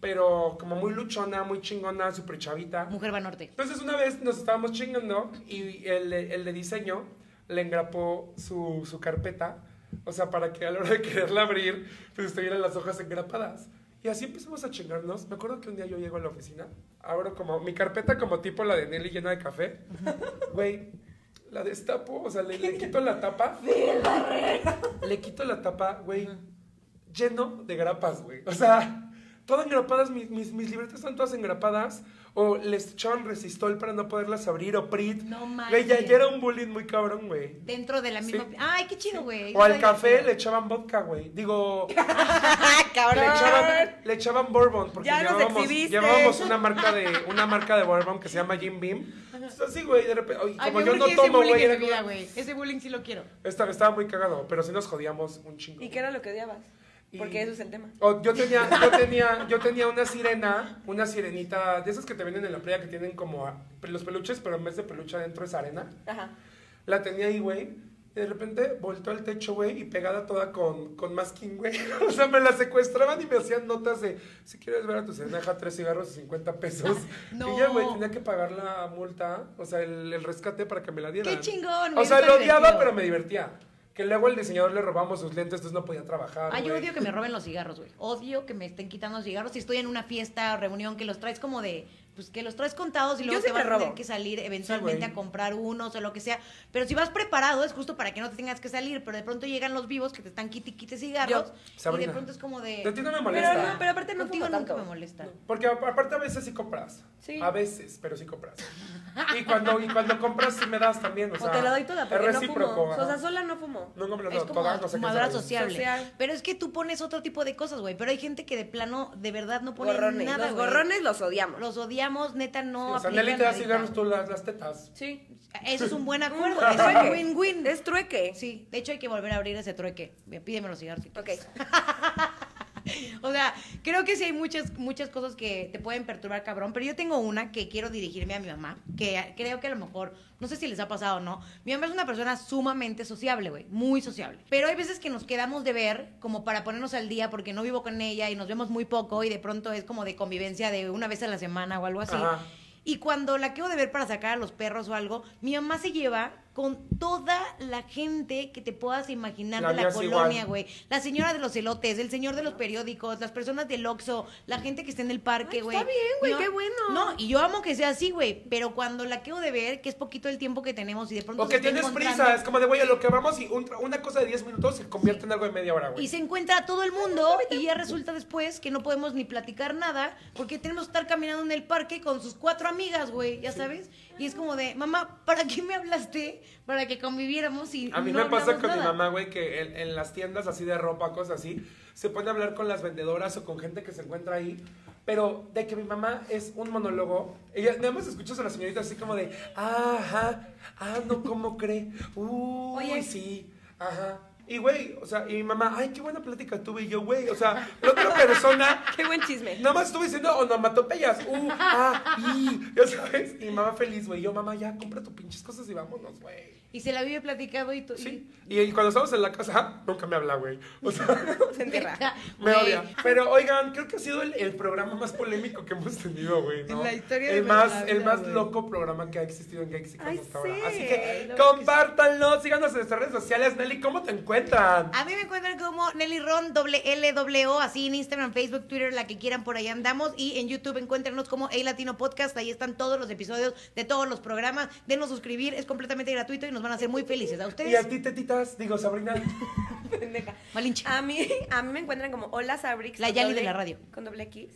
Speaker 1: pero como muy luchona, muy chingona, súper chavita.
Speaker 3: Mujer va norte.
Speaker 1: Entonces una vez nos estábamos chingando y el, de- el de diseño le engrapó su, su carpeta, o sea, para que a la hora de quererla abrir, pues estuvieran las hojas engrapadas. Y así empezamos a chingarnos. Me acuerdo que un día yo llego a la oficina, abro como mi carpeta como tipo la de Nelly llena de café. Güey, la destapo, o sea, le, le quito la tapa. le quito la tapa, güey, lleno de grapas, güey. O sea, todas engrapadas, mis, mis, mis libretas están todas engrapadas. O les echaban resistol para no poderlas abrir, o prit.
Speaker 3: No mames.
Speaker 1: Güey, ya, ya era un bullying muy cabrón, güey.
Speaker 3: Dentro de la misma.
Speaker 1: Sí.
Speaker 3: Ay, qué chido, güey.
Speaker 1: O al
Speaker 3: Ay,
Speaker 1: café
Speaker 3: [LAUGHS] qué
Speaker 1: le echaban vodka, güey. Digo,
Speaker 3: Ah,
Speaker 2: Cabrón.
Speaker 1: le echaban, le echaban bourbon porque
Speaker 2: Ya nos
Speaker 1: llevábamos,
Speaker 2: exhibiste.
Speaker 1: llevábamos
Speaker 3: [LAUGHS]
Speaker 1: una marca de una marca de bourbon que se llama Jim Beam. Entonces, así, güey, de repente, oye,
Speaker 3: Ay,
Speaker 1: como
Speaker 3: me
Speaker 1: yo no
Speaker 3: urge ese
Speaker 1: tomo,
Speaker 3: bullying
Speaker 1: güey,
Speaker 3: en
Speaker 1: era
Speaker 3: mi vida,
Speaker 1: como-
Speaker 3: güey. Ese bullying sí lo quiero.
Speaker 1: Esta- estaba muy cagado, pero sí nos jodíamos un chingo.
Speaker 2: ¿Y qué era lo que odiabas? Porque eso es el tema.
Speaker 1: O yo tenía, yo tenía, yo tenía una sirena, una sirenita, de esas que te venden en la playa que tienen como a- los peluches, pero en vez de peluche adentro es arena.
Speaker 2: Ajá.
Speaker 1: La tenía ahí, güey. Y de repente voltó al techo, güey, y pegada toda con, con masking, güey. [LAUGHS] O sea, me la secuestraban y me hacían notas de, si quieres ver a tu sirena, deja tres cigarros y 50 pesos.
Speaker 3: [LAUGHS] No.
Speaker 1: Y ya, güey, tenía que pagar la multa, o sea, el, el rescate para que me la dieran.
Speaker 3: ¡Qué chingón!
Speaker 1: O
Speaker 3: güey,
Speaker 1: sea,
Speaker 3: está
Speaker 1: lo odiaba,
Speaker 3: divertido.
Speaker 1: pero me divertía. Que luego al diseñador le robamos sus lentes, entonces no podía trabajar,
Speaker 3: Ay, yo
Speaker 1: Ah, güey.
Speaker 3: odio que me roben los cigarros, güey. Odio que me estén quitando los cigarros. Si estoy en una fiesta o reunión que los traes como de, pues que los traes contados y
Speaker 2: Yo
Speaker 3: luego
Speaker 2: sí
Speaker 3: te vas
Speaker 2: me
Speaker 3: a tener
Speaker 2: robo.
Speaker 3: que salir eventualmente
Speaker 1: güey.
Speaker 3: a comprar unos o lo que sea. Pero si vas preparado es justo para que no te tengas que salir. Pero de pronto llegan los vivos que te están quite y quite cigarros.
Speaker 2: Yo-
Speaker 1: Sabrina,
Speaker 3: y de pronto es como de.
Speaker 1: de ti no me molesta.
Speaker 2: Pero no, pero aparte no
Speaker 3: Contigo
Speaker 2: fumo
Speaker 3: nunca
Speaker 2: tanto.
Speaker 3: me molesta.
Speaker 1: Porque a- aparte a veces sí compras.
Speaker 2: Sí.
Speaker 1: A veces, pero sí compras. Y cuando, y cuando compras sí me das también, o
Speaker 2: O,
Speaker 1: sea.
Speaker 2: te la doy toda,
Speaker 1: es
Speaker 2: porque no
Speaker 1: recíproco,
Speaker 2: fumo.
Speaker 1: ajá.
Speaker 2: O sea, sola no fumo.
Speaker 1: No compras
Speaker 3: Es
Speaker 1: no,
Speaker 3: como
Speaker 1: todas, no sé qué
Speaker 3: fumadora
Speaker 1: saben.
Speaker 3: sociable.
Speaker 2: Social.
Speaker 3: Pero es que tú pones otro tipo de cosas, güey. Pero hay gente que de plano, de verdad, no pone
Speaker 2: gorrones.
Speaker 3: nada,
Speaker 2: los
Speaker 3: güey.
Speaker 2: gorrones los odiamos.
Speaker 3: Los odiamos, neta, no
Speaker 1: O sea,
Speaker 3: aplican
Speaker 1: Nelly te da
Speaker 3: ahorita.
Speaker 1: cigarros, tú las, las tetas.
Speaker 2: Sí.
Speaker 3: Eso es un
Speaker 1: [LAUGHS]
Speaker 3: buen acuerdo.
Speaker 2: Un
Speaker 3: es un
Speaker 2: trueque.
Speaker 3: win-win.
Speaker 2: Es trueque.
Speaker 3: Sí, de hecho hay que volver a abrir ese trueque. Ve, Pídeme los cigarros. si
Speaker 2: Ok.
Speaker 3: quieres. [LAUGHS] O sea, creo que sí hay muchas, muchas cosas que te pueden perturbar, cabrón. Pero yo tengo una que quiero dirigirme a mi mamá, que a- creo que a lo mejor, no sé si les ha pasado o no. Mi mamá es una persona sumamente sociable, güey, muy sociable. Pero hay veces que nos quedamos de ver como para ponernos al día porque no vivo con ella y nos vemos muy poco y de pronto es como de convivencia de una vez a la semana o algo así.
Speaker 1: Ajá.
Speaker 3: Y cuando la quedo de ver para sacar a los perros o algo, mi mamá se lleva con toda la gente que te puedas imaginar
Speaker 1: La
Speaker 3: de
Speaker 1: mía
Speaker 3: la
Speaker 1: es igual.
Speaker 3: colonia, güey. La señora de los elotes, el señor de los periódicos, las personas del Oxxo, la gente que está en el parque,
Speaker 1: pues,
Speaker 2: Ay, está bien, güey,
Speaker 3: güey. No,
Speaker 2: qué bueno.
Speaker 3: No, y yo amo que sea así, güey. Pero cuando la quedo de ver, que es poquito el tiempo que tenemos y de pronto
Speaker 1: O que
Speaker 3: se está
Speaker 1: tienes
Speaker 3: encontrando-
Speaker 1: prisa, es como de, güey, a lo que vamos y un tra- una cosa de 10 minutos se convierte en algo de media hora,
Speaker 3: Y
Speaker 1: güey.
Speaker 3: se encuentra a todo el mundo y ya resulta después que no podemos ni platicar nada porque tenemos que estar caminando en el parque con sus cuatro amigas, güey, ya sabes. Y es como de, mamá, ¿para qué me hablaste? Para que conviviéramos y
Speaker 1: A mí
Speaker 3: no
Speaker 1: me pasa
Speaker 3: hablamos
Speaker 1: con mi
Speaker 3: nada.
Speaker 1: mamá, güey, que en, en las tiendas así de ropa, cosas así, se pone a hablar con las vendedoras o con gente que se encuentra ahí. Pero de que mi mamá es un monólogo, ella nada más escuchas a la señorita así como de, "Ah, ajá, ah, no, ¿cómo cree? Uy,
Speaker 2: Oye.
Speaker 1: sí, ajá. Y güey, o sea, y mi mamá, ay, qué buena plática tuve y yo, güey, o sea, la otra persona
Speaker 2: Qué buen chisme.
Speaker 1: Nada más estuve diciendo onomatopeyas. Uh, ah, y, ya sabes. Y mi mamá feliz, güey. Yo, mamá, ya compra tus pinches cosas y vámonos, güey.
Speaker 3: Y se la vive platicando y tú. [LAUGHS]
Speaker 1: Sí. Y, y cuando estamos en la casa, ah, nunca me habla, güey. O sea, [LAUGHS]
Speaker 2: Se entierra.
Speaker 3: y-
Speaker 1: me
Speaker 3: Güey,
Speaker 1: odia. Pero oigan, creo que ha sido el, el programa más polémico que hemos tenido, güey. ¿no?
Speaker 3: La historia de
Speaker 1: el
Speaker 3: nuestra
Speaker 1: más, el
Speaker 3: vida,
Speaker 1: más
Speaker 3: güey.
Speaker 1: loco programa que ha existido en Gexicon
Speaker 2: Ay,
Speaker 1: hasta ahora.
Speaker 2: sí.
Speaker 1: Así
Speaker 2: Ay,
Speaker 1: que
Speaker 3: no,
Speaker 1: compártanlo, síganos en nuestras redes sociales. Nelly, ¿cómo te encuentran?
Speaker 3: A mí me encuentran como Nelly Ron, doble L, doble O, así en Instagram, Facebook, Twitter, la que quieran, por ahí andamos. Y en YouTube encuéntrenos como El Latino Podcast, ahí están todos los episodios de todos los programas. Denos suscribir, es completamente gratuito y nos van a hacer muy felices. A
Speaker 1: Y a
Speaker 3: ustedes,
Speaker 1: ti, tetitas, digo, Sabrina.
Speaker 2: [LAUGHS] Pendeja.
Speaker 3: Malinche.
Speaker 2: A mí, a mí me encuentran como Hola Sabrix.
Speaker 3: La
Speaker 2: con
Speaker 3: Yali
Speaker 2: doble-
Speaker 3: de la radio.
Speaker 2: Con doble X.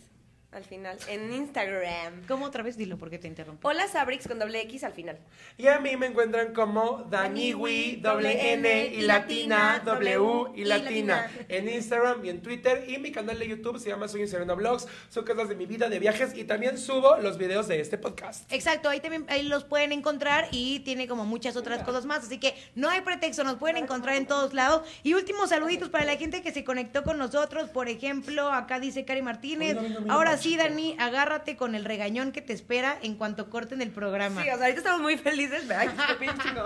Speaker 2: al final en Instagram.
Speaker 3: ¿Cómo otra vez? Dilo porque te interrumpí.
Speaker 2: Hola Sabrix con doble X al final.
Speaker 1: Y a mí me encuentran como Daniwi, doble N y latina, W y latina. En Instagram y en Twitter. Y mi canal de YouTube se llama Soy un Sereno Blogs. Son cosas de mi vida, de viajes. Y también subo los videos de este podcast.
Speaker 3: Exacto, ahí también ahí los pueden encontrar y tiene como muchas otras cosas más. Así que no hay pretexto, nos pueden encontrar en todos lados. Y últimos saluditos para la gente que se conectó con nosotros. Por ejemplo, acá dice Cari Martínez.
Speaker 1: Ay, no, no, no,
Speaker 3: Ahora
Speaker 1: no,
Speaker 3: sí,
Speaker 1: chico.
Speaker 3: Dani, agárrate con el regañón que te espera en cuanto corten el programa.
Speaker 2: Sí, o sea, ahorita estamos muy felices, ¿verdad? Qué pinche, ¿no?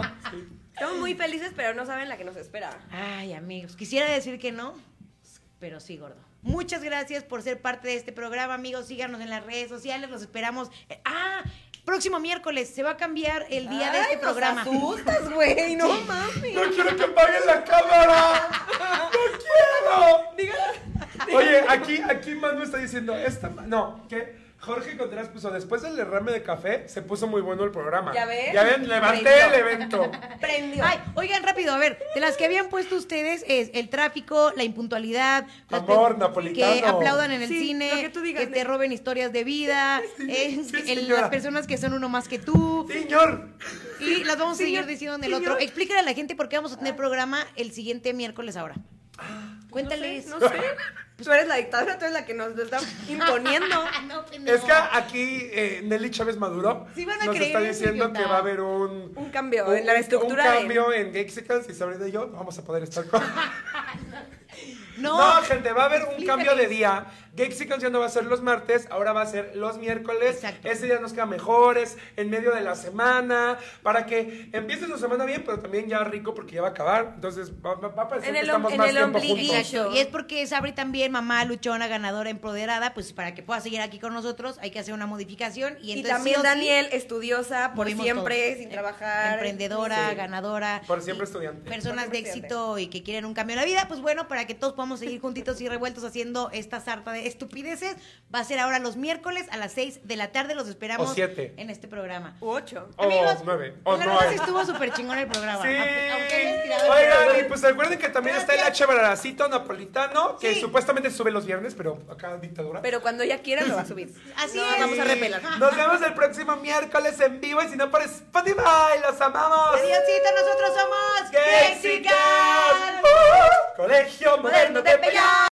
Speaker 2: Estamos muy felices, pero no saben la que nos espera.
Speaker 3: Ay, amigos, quisiera decir que no, pero sí, gordo. Muchas gracias por ser parte de este programa, amigos. Síganos en las redes sociales, los esperamos. Eh, Ah, próximo miércoles se va a cambiar el día de
Speaker 2: Ay,
Speaker 3: este
Speaker 2: nos
Speaker 3: programa.
Speaker 2: asustas, güey, no mames.
Speaker 1: ¡No quiero que apaguen la cámara! ¡No quiero! Oye, aquí, aquí Manu está diciendo, esta, ma- no, que Jorge Contreras puso, después del derrame de café, se puso muy bueno el programa.
Speaker 2: ¿Ya ves?
Speaker 1: Ya ven, levanté el evento.
Speaker 2: Prendió.
Speaker 3: Ay, oigan, rápido, a ver, de las que habían puesto ustedes es el tráfico, la impuntualidad, las
Speaker 1: Amor
Speaker 3: pe-
Speaker 1: napolitano.
Speaker 3: que aplaudan en el
Speaker 2: Sí,
Speaker 3: cine,
Speaker 2: lo que tú digas, ¿eh?
Speaker 3: que te
Speaker 2: nena.
Speaker 3: roben historias
Speaker 2: [LAUGHS]
Speaker 3: de vida, eh,
Speaker 1: sí,
Speaker 3: [LAUGHS] el-
Speaker 1: señora.
Speaker 3: las personas que son uno más que tú.
Speaker 1: Señor,
Speaker 3: Y las vamos a seguir
Speaker 2: Señor,
Speaker 3: diciendo en el
Speaker 2: señor. Ah.
Speaker 3: otro. Explícale a la gente por qué vamos a tener programa el siguiente miércoles ahora. Cuéntales.
Speaker 2: No
Speaker 3: [LAUGHS]
Speaker 2: sé, no sé. Tú eres la dictadora, tú eres la que nos lo está [LAUGHS] imponiendo.
Speaker 3: No, pendejo.
Speaker 1: es que aquí eh, Nelly Chávez Maduro
Speaker 3: Sí van a
Speaker 1: nos
Speaker 3: creer
Speaker 1: está
Speaker 3: eso,
Speaker 1: diciendo
Speaker 3: idiota.
Speaker 1: que va a haber un...
Speaker 2: Un cambio en la estructura
Speaker 1: Un
Speaker 2: de-
Speaker 1: cambio en Gexicans y Sabrina y yo no vamos a poder estar
Speaker 2: [LAUGHS]
Speaker 1: con...
Speaker 3: No.
Speaker 1: No, gente, va a haber un cambio de día. Gexicans ya no va a ser los martes, ahora va a ser los miércoles.
Speaker 3: Exacto.
Speaker 1: Ese día nos queda mejores, en medio de la semana, para que empieces tu semana bien, pero también ya rico porque ya va a acabar. Entonces va, va- va a parecer
Speaker 2: En
Speaker 1: que
Speaker 2: el
Speaker 1: estamos
Speaker 2: om- en
Speaker 1: más
Speaker 2: el
Speaker 1: tiempo
Speaker 2: ombliguillo.
Speaker 1: juntos.
Speaker 3: Exacto. Y es porque Sabri también, mamá luchona, ganadora, empoderada, pues para que pueda seguir aquí con nosotros hay que hacer una modificación. Y,
Speaker 2: Y
Speaker 3: entonces,
Speaker 2: también
Speaker 3: sí o sí,
Speaker 2: Daniel, estudiosa, por
Speaker 3: movimos
Speaker 2: siempre,
Speaker 3: todo.
Speaker 2: sin
Speaker 3: Em-
Speaker 2: trabajar. este,
Speaker 3: Emprendedora,
Speaker 1: Sí.
Speaker 3: ganadora.
Speaker 1: Por siempre
Speaker 3: y
Speaker 1: estudiante.
Speaker 3: Personas
Speaker 2: Por
Speaker 3: de
Speaker 2: siempre
Speaker 3: éxito y que quieren un cambio en la vida. Pues bueno, para que todos podamos seguir juntitos y revueltos haciendo esta sarta de estupideces, va a ser ahora los miércoles a las 6 de la tarde. Los esperamos
Speaker 1: O siete.
Speaker 3: en este programa.
Speaker 2: U ocho.
Speaker 1: O
Speaker 3: Amigos, pues
Speaker 1: nueve,
Speaker 3: la
Speaker 1: o
Speaker 3: verdad
Speaker 1: nueve.
Speaker 3: sí estuvo súper chingón el programa.
Speaker 1: Sí.
Speaker 3: Aunque- aunque hayas tirado el
Speaker 1: Oigan,
Speaker 3: programa.
Speaker 1: y pues recuerden que también está el H Baracito napolitano, que
Speaker 3: Sí.
Speaker 1: supuestamente sube los viernes, pero acá dictadura.
Speaker 2: Pero cuando ella quiera lo va a subir.
Speaker 3: Así
Speaker 2: No,
Speaker 3: es.
Speaker 2: vamos a repelar.
Speaker 1: [LAUGHS] Nos vemos el próximo miércoles en vivo y si no por Spotify, los amamos.
Speaker 3: Adiósito, nosotros somos
Speaker 1: Gexicas.
Speaker 3: Gexicas.
Speaker 1: ¡Uh! Colegio Moderno de Pellar.